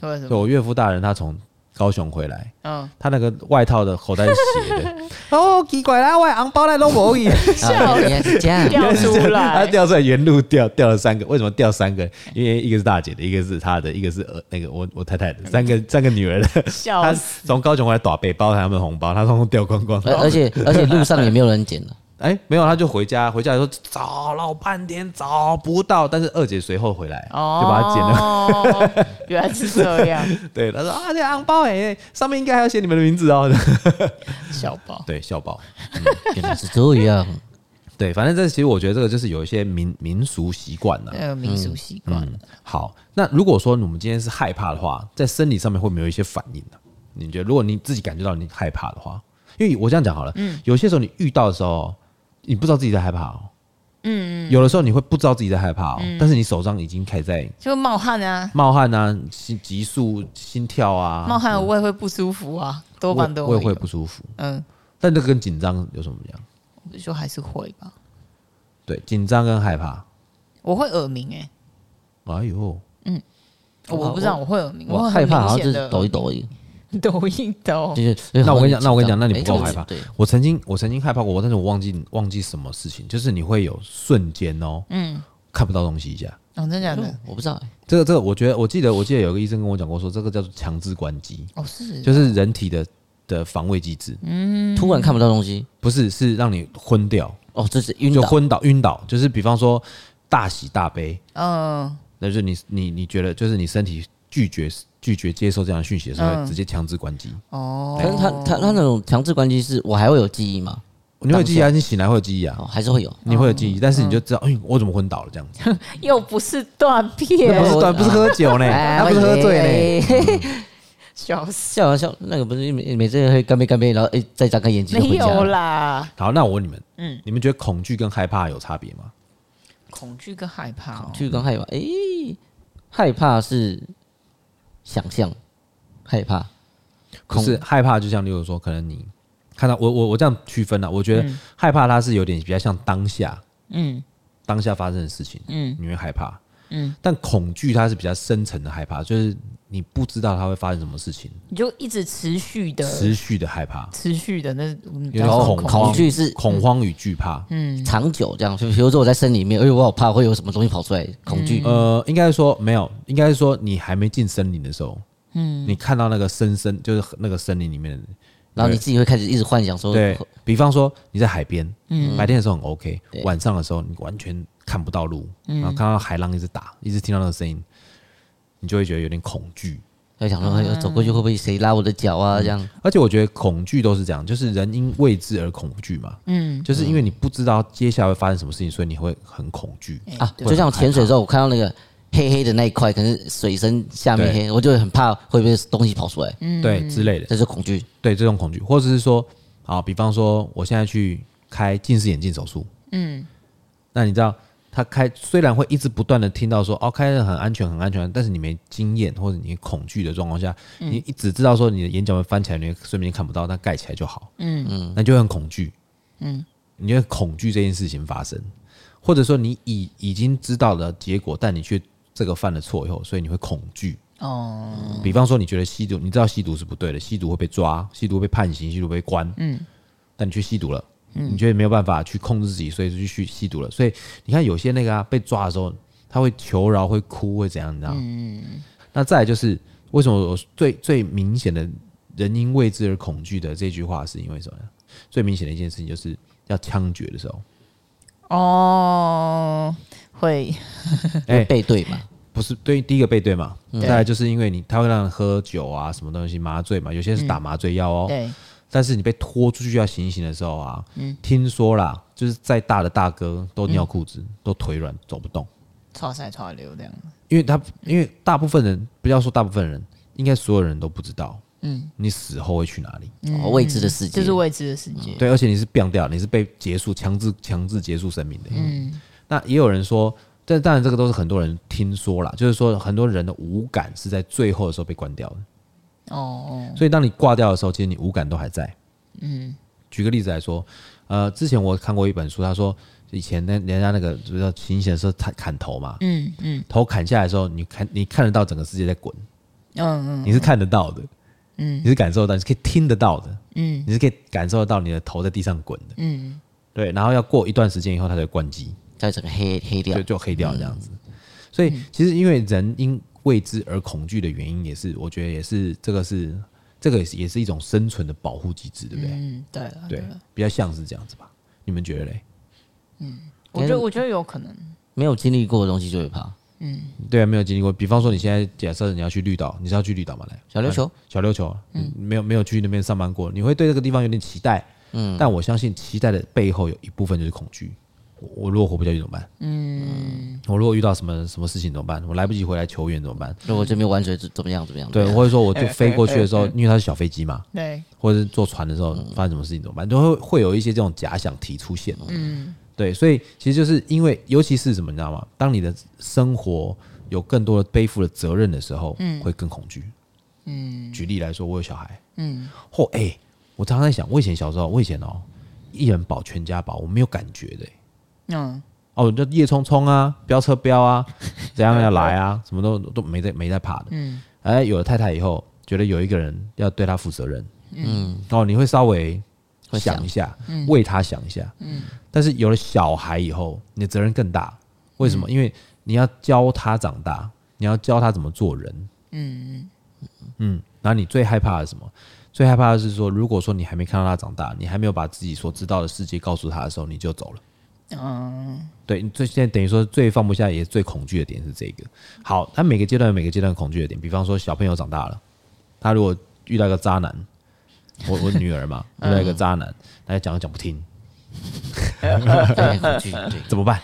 Speaker 3: 或者什
Speaker 2: 就
Speaker 3: 么？
Speaker 2: 我岳父大人他从高雄回来，
Speaker 3: 嗯，
Speaker 2: 他那个外套的口袋是斜的， 哦，奇怪啦，我的红包来弄无去，
Speaker 1: 啊，原来是这样，
Speaker 3: 掉出
Speaker 2: 他
Speaker 3: 来，
Speaker 2: 掉出来原路掉掉了三个，为什么掉三个？因为一个是大姐的，一个是他的，一个是呃那个我我太太的，三个三个女儿的，他
Speaker 3: 嗯笑死，
Speaker 2: 从高雄回来打背包，他们红包，他通通掉光光。
Speaker 1: 而 而且而且路上也没有人捡了，
Speaker 2: 哎、没有，他就回家，回家说找老半天找不到，但是二姐随后回来，就把他捡了。
Speaker 3: 哦， 原来是这样，
Speaker 2: 对，他说啊，这个红包哎、上面应该还要写你们的名字哦。
Speaker 3: 小宝，
Speaker 2: 对，校宝。
Speaker 1: 原来是这样。
Speaker 2: 对，反正这其实我觉得这个就是有一些民民俗习惯啊呢。
Speaker 3: 那个民俗习惯，
Speaker 2: 嗯，好，那如果说我们今天是害怕的话，在生理上面会没有一些反应呢、你觉得，如果你自己感觉到你害怕的话，因为我这样讲好了，
Speaker 3: 嗯
Speaker 2: 有些时候你遇到的时候，你不知道自己在害怕哦，嗯，有的时候你会不知道自己在害怕哦，
Speaker 3: 嗯
Speaker 2: 但是你手上已经开始在
Speaker 3: 就冒汗啊，
Speaker 2: 冒汗啊，心急速心跳啊，
Speaker 3: 冒汗的胃会不舒服啊，多
Speaker 2: 我
Speaker 3: 半都
Speaker 2: 我也会
Speaker 3: 有
Speaker 2: 不舒服，
Speaker 3: 嗯，
Speaker 2: 但这跟紧张有什么不一样？
Speaker 3: 我就还是会吧，
Speaker 2: 对，紧张跟害怕，
Speaker 3: 我会耳鸣哎，
Speaker 2: 哎呦，哦
Speaker 3: 我不知道我会耳鸣，
Speaker 1: 我
Speaker 3: 会
Speaker 1: 害
Speaker 3: 很
Speaker 1: 怕，好像
Speaker 3: 明
Speaker 1: 就是
Speaker 3: 显的
Speaker 1: 抖一抖而已。
Speaker 3: 抖一抖
Speaker 1: 就，是
Speaker 2: 那我跟你讲那我跟你讲那你不够
Speaker 1: 哎
Speaker 2: 害怕
Speaker 1: 对，
Speaker 2: 我曾经我曾经害怕过，但是我忘记忘记什么事情，就是你会有瞬间哦，
Speaker 3: 嗯，
Speaker 2: 看不到东西一下。
Speaker 3: 哦，真的假的？
Speaker 1: 我不知道哎，
Speaker 2: 这个这个，我觉得我记得我记得有个医生跟我讲过说这个叫做强制关机，
Speaker 3: 哦，是，
Speaker 1: 嗯
Speaker 2: 就是人体的的防卫机制，
Speaker 3: 嗯
Speaker 1: 突然看不到东西，
Speaker 2: 不是是让你昏掉，
Speaker 1: 哦，这是晕
Speaker 2: 就
Speaker 1: 倒。
Speaker 2: 昏倒晕倒，就是比方说大喜大悲，
Speaker 3: 嗯，
Speaker 2: 那就是你你你觉得就是你身体拒绝拒绝接受这样的讯息的时候，
Speaker 3: 嗯
Speaker 2: 会直接强制关机。
Speaker 3: 哦，
Speaker 1: 可是他他他那种强制关机是我还会有记忆吗？
Speaker 2: 你会有记忆啊，你醒来会有记忆啊
Speaker 1: 哦，，嗯还是会有。
Speaker 2: 你会有记忆，但是你就知道，哎，我怎么昏倒了这样子？
Speaker 3: 又不是断片
Speaker 2: 那
Speaker 3: 哎
Speaker 2: 不，是
Speaker 1: 我
Speaker 2: 断，不
Speaker 3: 啊
Speaker 2: 是喝酒呢，他不是喝醉呢。
Speaker 1: 呢。
Speaker 3: 笑死，
Speaker 1: 笑啊笑，那个不是每每次会干杯干杯，然后哎、再张开眼睛就
Speaker 3: 没
Speaker 1: 回家
Speaker 3: 有
Speaker 1: 了。
Speaker 3: 啦，
Speaker 2: 好，那我问你们，
Speaker 3: 嗯
Speaker 2: 你们觉得恐惧跟害怕有差别吗？
Speaker 3: 恐惧跟害怕哦，
Speaker 1: 去跟害怕，哎、害怕是想象，害怕
Speaker 2: 可是害怕，就像例如说，可能你看到我我我这样区分了、我觉得害怕它是有点比较像当下
Speaker 3: 嗯
Speaker 2: 当下发生的事情，
Speaker 3: 嗯
Speaker 2: 你会害怕。
Speaker 3: 嗯，
Speaker 2: 但恐惧它是比较深层的害怕，就是你不知道它会发生什么事情，
Speaker 3: 你就一直持续的
Speaker 2: 持续的害怕，
Speaker 3: 持续的那嗯
Speaker 2: 有点
Speaker 3: 叫
Speaker 2: 恐
Speaker 1: 恐
Speaker 2: 慌
Speaker 1: 惧是
Speaker 2: 恐慌与惧怕。
Speaker 3: 嗯
Speaker 1: 长久这样。就比如说我在森林里面，哎、呦，我好怕会有什么东西跑出来，恐
Speaker 3: 嗯
Speaker 1: 惧。
Speaker 2: 呃，应该说没有，应该是说你还没进森林的时候，嗯，你看到那个深深就是那个森林里面的
Speaker 1: 然后你自己会开始一直幻想说，
Speaker 2: 对比方说你在海边，白天的时候很 OK，晚上的时候你完全看不到路，然后看到海浪一直打，一直听到那个声音，你就会觉得有点恐惧。
Speaker 1: 会想说哎呦走过去会不会谁拉我的脚啊？这样，
Speaker 2: 而且我觉得恐惧都是这样，就是人因未知而恐惧嘛，嗯，就是因为你不知道接下来会发生什么事情，所以你会很恐惧。
Speaker 3: 哎
Speaker 1: 啊，
Speaker 2: 会
Speaker 1: 就像我潜水的时候，我看到那个黑黑的那一块，可能是水深下面
Speaker 2: 对
Speaker 1: 黑，我就很怕会不会东西跑出来，
Speaker 3: 嗯
Speaker 2: 对之类的，
Speaker 1: 这是恐惧。
Speaker 2: 对这种恐惧，或者是说，啊，比方说我现在去开近视眼镜手术，嗯，那你知道他开虽然会一直不断的听到说哦开的很安全很安全，但是你没经验或者你恐惧的状况下，你只知道说你的眼角会翻起来，你会瞬间看不到，但盖起来就好，嗯嗯，那就会很恐惧，嗯，你就会恐惧这件事情发生，或者说你已已经知道了结果，但你却这个犯了错以后，所以你会恐惧，
Speaker 3: 哦，
Speaker 2: 比方说，你觉得吸毒，你知道吸毒是不对的，吸毒会被抓，吸毒会被判刑，吸毒会被关，嗯，但你去吸毒了，你觉得没有办法去控制自己，所以就去吸吸毒了。所以你看有些那个啊，被抓的时候，他会求饶，会哭，会怎样，你知道？嗯，那再来就是为什么我最最明显的人因未知而恐惧的这句话，是因为什么呢？最明显的一件事情就是要枪决的时 候，
Speaker 3: 哦，会
Speaker 2: 哎、
Speaker 1: 背对嘛，
Speaker 2: 不是对第一个背对嘛，再
Speaker 3: 对
Speaker 2: 来就是因为你他会让人喝酒啊，什么东西麻醉嘛，有些是打麻醉药哦，
Speaker 3: 对，
Speaker 2: 但是你被拖出去要行刑的时候啊，听说啦，就是再大的大哥都尿裤子，都腿软走不动，
Speaker 3: 刷塞刷流这样，
Speaker 2: 因为他因为大部分人不要说大部分人，应该所有人都不知道，嗯，你死后会去哪里？
Speaker 1: 哦未知的世界
Speaker 3: 嗯这。是未知的世界，
Speaker 2: 对，而且你是变掉，你是被结束强制强制结束生命的。嗯，那也有人说，但当然这个都是很多人听说啦，就是说很多人的五感是在最后的时候被关掉的。
Speaker 3: 哦，
Speaker 2: 所以当你挂掉的时候，其实你五感都还在。嗯，举个例子来说，呃，之前我看过一本书，他说以前那人家那个比如说行刑的时候砍砍头嘛，
Speaker 3: 嗯嗯
Speaker 2: 头砍下来的时候，你看你看得到整个世界在滚，
Speaker 3: 嗯
Speaker 2: 你是看得到的，嗯，你是感受到，你是可以听得到的，
Speaker 3: 嗯
Speaker 2: 你是可以感受得到你的头在地上滚的，
Speaker 3: 嗯
Speaker 2: 对。然后要过一段时间以后，它才关机，
Speaker 1: 再整个黑黑掉
Speaker 2: 就。就黑掉这样子。
Speaker 3: 嗯
Speaker 2: 所以其实因为人因未知而恐惧的原因，也是我觉得也是这个是这个也是也是一种生存的保护机制，对不对？
Speaker 3: 嗯，对了，
Speaker 2: 对
Speaker 3: 了，
Speaker 2: 比较像是这样子吧？你们觉得嘞？
Speaker 3: 我觉得我觉得有可能，
Speaker 1: 没有经历过的东西就会怕。
Speaker 2: 对啊，没有经历过。比方说，你现在假设你要去绿岛，你是要去绿岛吗？来，
Speaker 1: 小琉球
Speaker 2: 啊小琉球，嗯，没有没有去那边上班过，你会对这个地方有点期待，嗯，但我相信期待的背后有一部分就是恐惧。我我如果活不下去怎么办？嗯，我如果遇到什么什么事情怎么办？我来不及回来求援怎么办？
Speaker 1: 如果这边玩水怎怎么样怎么样？
Speaker 2: 对，
Speaker 1: 怎么样，
Speaker 2: 或者说我就飞过去的时候，因为它是小飞机嘛，
Speaker 3: 对，
Speaker 2: 或者是坐船的时候发生什么事情怎么办，都会会有一些这种假想题出现。嗯，对，所以其实就是因为，尤其是什么，你知道吗？当你的生活有更多的背负的责任的时候，会更恐惧。嗯，举例来说，我有小孩，
Speaker 3: 嗯
Speaker 2: 嚯，哎、我常常在想，我以前小时候，我以前哦，一人保全家保，我没有感觉的、
Speaker 3: 嗯
Speaker 2: 哦，就夜冲冲啊，飙车飙啊， 怎样要来啊，什么都都没在没在怕的。
Speaker 3: 嗯
Speaker 2: 哎，有了太太以后，觉得有一个人要对她负责任，嗯，哦，你会稍微
Speaker 1: 会想
Speaker 2: 想一下，为她想一下，嗯。但是有了小孩以后，你的责任更大，为什么？因为你要教他长大，你要教他怎么做人，
Speaker 3: 嗯
Speaker 2: 嗯。然后你最害怕的是什么？最害怕的是说，如果说你还没看到他长大，你还没有把自己所知道的世界告诉他的时候，你就走了。
Speaker 3: 嗯
Speaker 2: 对，你最现在等于说最放不下，也是最恐惧的点是这个。好，他每个阶段有每个阶段恐惧的点，比方说小朋友长大了，他如果遇到一个渣男，我我女儿 嘛，遇到
Speaker 3: 嗯
Speaker 2: 一个渣男，他讲都讲不听，
Speaker 1: 对恐 惧对，
Speaker 2: 怎么办？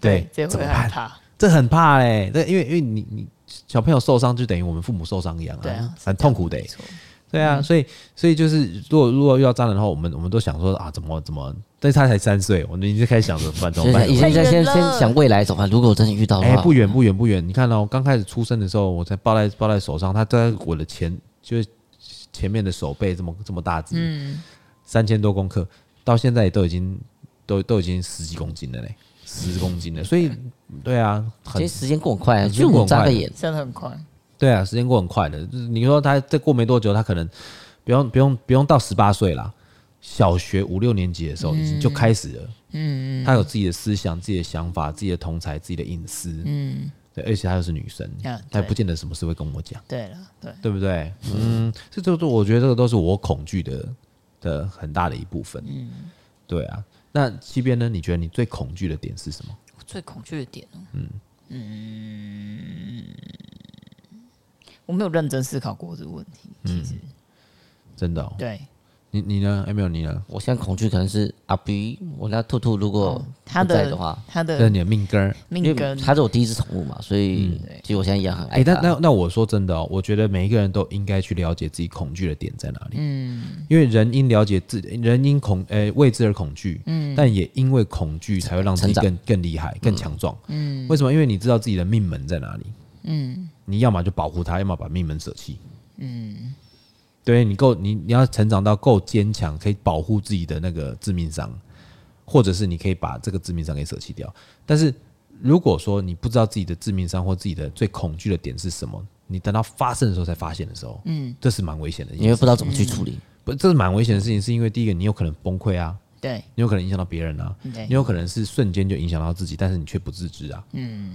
Speaker 2: 对，
Speaker 3: 这
Speaker 2: 怎
Speaker 3: 会
Speaker 2: 么
Speaker 3: 害
Speaker 2: 办？
Speaker 3: 怕，
Speaker 2: 这很怕嘞、这因为因为你你小朋友受伤，就等于我们父母受伤一样
Speaker 3: 对啊，
Speaker 2: 嗯很痛苦的、欸
Speaker 3: 没错
Speaker 2: 对
Speaker 3: 嗯
Speaker 2: 啊，所以所以就是，如果如果遇到渣男的话，我们我们都想说啊，怎么怎么？但是他才三岁，我们已经开始想着，反正怎么
Speaker 1: 所
Speaker 2: 办
Speaker 1: 以？以前在
Speaker 3: 太
Speaker 1: 先
Speaker 3: 远
Speaker 1: 先
Speaker 3: 了
Speaker 1: 想未来怎么办？如果我真的遇到
Speaker 2: 哎、
Speaker 1: 的话，
Speaker 2: 不远不远不远，你看哦，刚开始出生的时候，我才抱在抱在手上，它在我的前就是前面的手背这么这么大只，
Speaker 3: 嗯，
Speaker 2: 三千多公克，到现在也都已经都都已经十几公斤了嘞，十公斤了，所以对啊，很
Speaker 1: 其实时间过很快，啊
Speaker 2: 时间
Speaker 1: 就
Speaker 2: 过
Speaker 1: 我
Speaker 2: 很快
Speaker 1: 眨个眼，
Speaker 3: 真的很快，
Speaker 2: 对啊，时间过很快的，就是你说他再过没多久，他可能不用不用不用到十八岁啦。小学五六年级的时候，已经就开始了。嗯，他有自己的思想、自己的想法、自己的同才、自己的隐私。嗯，对，而且她又是女生
Speaker 3: 啊，
Speaker 2: 她
Speaker 3: 对
Speaker 2: 不见得什么事会跟我讲。
Speaker 3: 对了，对，
Speaker 2: 对不对？嗯，这都都，我觉得这个都是我恐惧的的很大的一部分。嗯，对啊。那西边呢？你觉得你最恐惧的点是什么？
Speaker 3: 我最恐惧的点哦，嗯嗯，我没有认真思考过这个问题，其实
Speaker 2: 嗯真的、哦，
Speaker 3: 对
Speaker 2: 你你呢？Emil，你呢？
Speaker 1: 我现在恐惧可能是阿 B，我那兔兔如果
Speaker 3: 哦他
Speaker 1: 不在
Speaker 3: 的
Speaker 1: 的话，
Speaker 3: 他
Speaker 2: 那
Speaker 3: 的
Speaker 2: 你的命根儿。
Speaker 1: 因
Speaker 3: 命
Speaker 1: 为
Speaker 3: 根，嗯
Speaker 1: 它是我第一只宠物嘛，所以其实我现在一样很
Speaker 2: 哎、
Speaker 1: 爱
Speaker 2: 那
Speaker 1: 它。
Speaker 2: 那那我说真的哦，我觉得每一个人都应该去了解自己恐惧的点在哪里。嗯，因为人因了解自，人因恐呃、未知而恐惧，嗯，但也因为恐惧才会让自己
Speaker 1: 成长
Speaker 2: 更更厉害、更强壮。嗯，为什么？因为你知道自己的命门在哪里。嗯，你要么就保护它，要么把命门舍弃。嗯，对你够，你你要成长到够坚强，可以保护自己的那个致命伤，或者是你可以把这个致命伤给舍弃掉。但是如果说你不知道自己的致命伤或自己的最恐惧的点是什么，你等到发生的时候才发现的时候，嗯，这是蛮危险的一
Speaker 1: 因
Speaker 2: 件
Speaker 1: 为
Speaker 2: 事。
Speaker 1: 不知道怎么去处理，
Speaker 2: 不，这是蛮危险的事情，是因为第一个你有可能崩溃啊，
Speaker 3: 对
Speaker 2: 你有可能影响到别人啊，你
Speaker 3: 对
Speaker 2: 有可能是瞬间就影响到自己，但是你却不自知啊。嗯，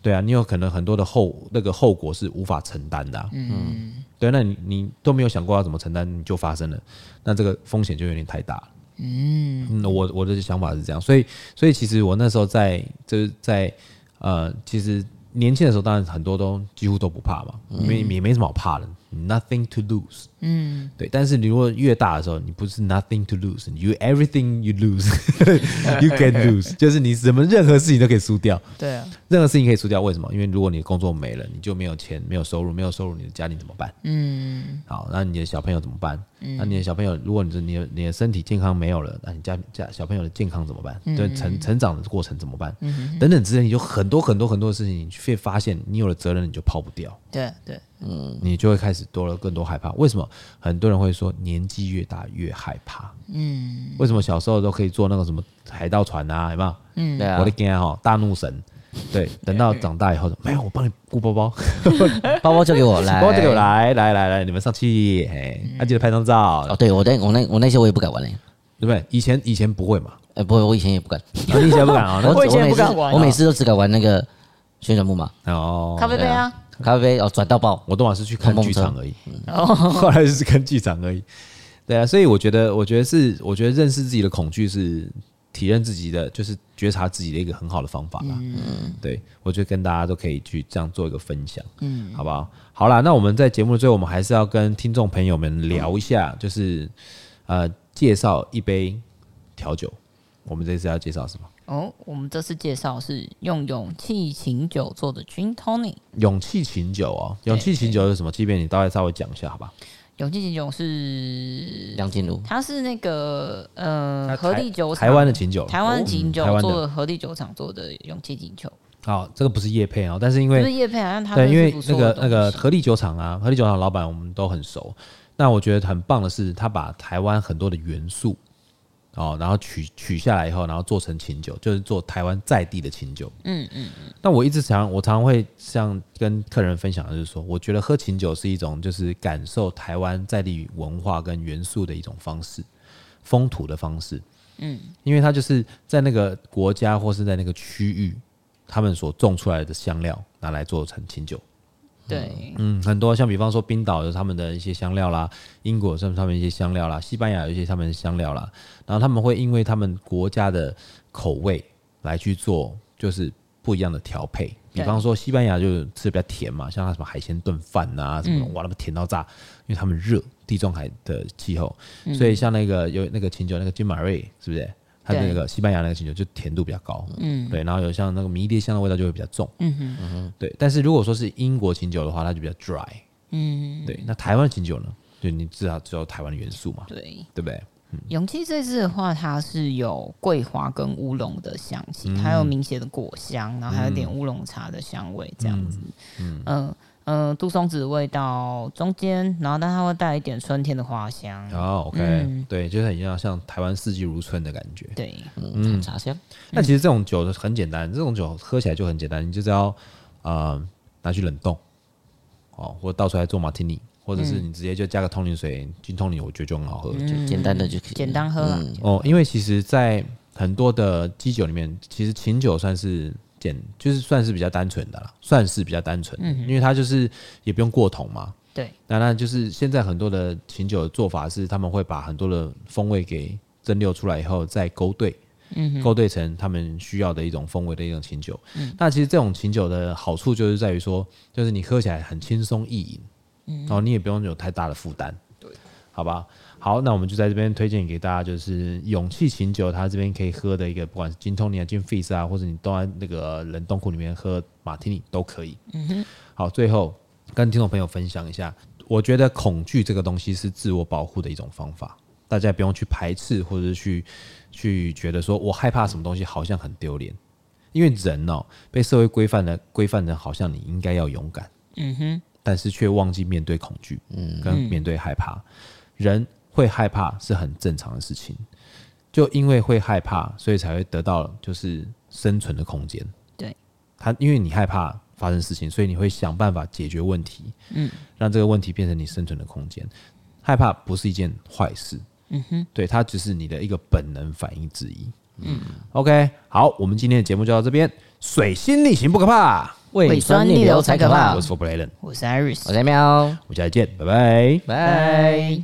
Speaker 2: 对啊，你有可能很多的后那个后果是无法承担的、啊。嗯，对，那你你都没有想过要怎么承担，你就发生了，那这个风险就有点太大了。嗯，我我的想法是这样，所以所以其实我那时候在就是在呃，其实年轻的时候，当然很多都几乎都不怕嘛，因为也没什么好怕的，nothing to lose。嗯，对。但是你如果越大的时候，你不是 nothing to lose，you everything you lose，you can lose，就是你什么任何事情都可以输掉。
Speaker 3: 对啊，
Speaker 2: 任何事情可以输掉，为什么？因为如果你的工作没了，你就没有钱，没有收入，没有收入，你的家庭怎么办？嗯，好，那你的小朋友怎么办？那你的小朋友，如果你的你的你的身体健康没有了，那你家家小朋友的健康怎么办？对，成成长的嗯过程怎么办？等等之类，你有很多很多很多的事情，你去发现你有了责任，你就抛不掉。
Speaker 3: 对啊对，
Speaker 2: 哦你就会开始多了更多害怕。为什么很多人会说年纪越大越害怕？嗯，为什么小时候都可以坐那个什么海盗船啊？有没有？
Speaker 1: 对啊
Speaker 2: 我的，天哈，大怒神。 对，等到长大以后，没有我帮你顾包包，
Speaker 1: 包包交给我 来， 嗯
Speaker 2: 包包这个来来来来，你们上去，嘿，啊记得拍张照
Speaker 1: 哦，，对我那我那我那些我也不敢玩嘞，
Speaker 2: 对不对？以前以前不会 嘛，
Speaker 1: 哎，不会，我以前也不敢，
Speaker 2: 啊你以前不敢啊，
Speaker 1: 我
Speaker 3: 我以前也
Speaker 1: 每
Speaker 3: 不
Speaker 1: 次
Speaker 3: 敢玩啊
Speaker 1: 我每次都只敢玩那个旋转木马、
Speaker 2: 那哦，
Speaker 3: 咖啡杯啊，
Speaker 1: 咖啡杯哦，转到爆，
Speaker 2: 我都还是去看
Speaker 1: 碰碰
Speaker 2: 剧场
Speaker 1: 车
Speaker 2: 而已， 后来就是看剧场而已。对啊，所以我觉得，我觉得是，我觉得认识自己的恐惧是体认自己的，就是觉察自己的一个很好的方法啦。嗯，对，我觉得跟大家都可以去这样做一个分享，嗯，好不好？好啦，那我们在节目的最后，我们还是要跟听众朋友们聊一下，就是呃，介绍一杯调酒。我们这次要介绍什么？
Speaker 3: 哦，我们这次介绍是用勇气琴酒做的 Gin Tonic。
Speaker 2: 勇气琴酒哦，勇气琴酒是什么？即便你大概稍微讲一下，好吧？
Speaker 3: 勇气琴酒是
Speaker 1: 梁静茹，
Speaker 3: 它是那个
Speaker 2: 它
Speaker 3: 呃
Speaker 2: 台
Speaker 3: 合力酒厂
Speaker 2: 台湾的琴酒，
Speaker 3: 台湾琴酒
Speaker 2: 嗯台湾的
Speaker 3: 做的合力酒厂做的勇气琴酒，
Speaker 2: 好、这个不是叶配哦，但是因
Speaker 3: 就
Speaker 2: 为
Speaker 3: 是叶佩好像他
Speaker 2: 对，因为那个那个合力酒厂啊，合力酒厂老板我们都很熟。那我觉得很棒的是，他把台湾很多的元素哦，然后取取下来以后，然后做成琴酒，就是做台湾在地的琴酒。嗯嗯嗯。那我一直常我常会像跟客人分享，的就是说，我觉得喝琴酒是一种就是感受台湾在地文化跟元素的一种方式，风土的方式。嗯，因为它就是在那个国家或是在那个区域，他们所种出来的香料拿来做成清酒。
Speaker 3: 对
Speaker 2: 嗯，很多像比方说冰岛有他们的一些香料啦，英国有他们一些香料啦，西班牙有一些他们的香料啦，然后他们会因为他们国家的口味来去做就是不一样的调配。比
Speaker 3: 对
Speaker 2: 方说西班牙就吃得比较甜嘛，像它什么海鲜炖饭啊，什么的哇，那么甜到炸，因为他们热，地中海的气候，所以像那个有那个琴酒，那个金马瑞是不是？它的那个西班牙那个琴酒就甜度比较高，嗯，对，然后有像那个迷迭香的味道就会比较重，嗯哼，对。但是如果说是英国琴酒的话，它就比较 dry，嗯，对。那台湾琴酒呢？就你至少只有台湾的元素嘛，
Speaker 3: 对，
Speaker 2: 对不对？
Speaker 3: 勇气这支的话，它是有桂花跟乌龙的香气，它有明显的果香，然后还有点乌龙茶的香味，这样子。嗯嗯、呃杜松子的味道中间，然后但它会带一点春天的花香。
Speaker 2: 然后哦 OK，、对，就是很像像台湾四季如春的感觉。
Speaker 3: 对，
Speaker 1: 嗯，茶香，
Speaker 2: 那其实这种酒很简单，这种酒喝起来就很简单，你就只要呃拿去冷冻，哦，或者倒出来做马提尼，或者是你直接就加个通灵水，金通灵，我觉得就很好喝。
Speaker 1: 就嗯简单的就可以，
Speaker 3: 简单喝啦。啊
Speaker 2: 哦，因为其实，在很多的基酒里面，其实琴酒算是简，就是算是比较单纯的啦，算是比较单纯的，因为它就是也不用过桶嘛。
Speaker 3: 对，
Speaker 2: 那那就是现在很多的琴酒的做法是，他们会把很多的风味给蒸馏出来以后，再勾兑，勾兑成他们需要的一种风味的一种琴酒。那其实这种琴酒的好处就是在于说，就是你喝起来很轻松易饮，然后你也不用有太大的负担，嗯对，好吧？好，那我们就在这边推荐给大家，就是勇气琴酒，它这边可以喝的一个，不管是金通尼啊、金 Fizz 啊，或者你冻在那个冷冻库里面喝马提尼都可以。嗯哼。好，最后跟听众朋友分享一下，我觉得恐惧这个东西是自我保护的一种方法，大家不用去排斥或者是去去觉得说我害怕什么东西好像很丢脸，因为人哦被社会规范的规范的，好像你应该要勇敢，嗯哼，但是却忘记面对恐惧，嗯，跟面对害怕，人会害怕是很正常的事情，就因为会害怕，所以才会得到就是生存的空间，
Speaker 3: 对，
Speaker 2: 他因为你害怕发生事情，所以你会想办法解决问题，让这个问题变成你生存的空间。害怕不是一件坏事，嗯哼，对，它只是你的一个本能反应之一。嗯，OK，好，我们今天的节目就到这边。水星逆行不可怕，
Speaker 1: 胃酸逆流才可怕
Speaker 2: 我。是 For Bladen，
Speaker 3: 我是 Iris，
Speaker 1: 我在喵，
Speaker 3: 哎
Speaker 2: 我们下次见，拜拜。
Speaker 1: 拜。。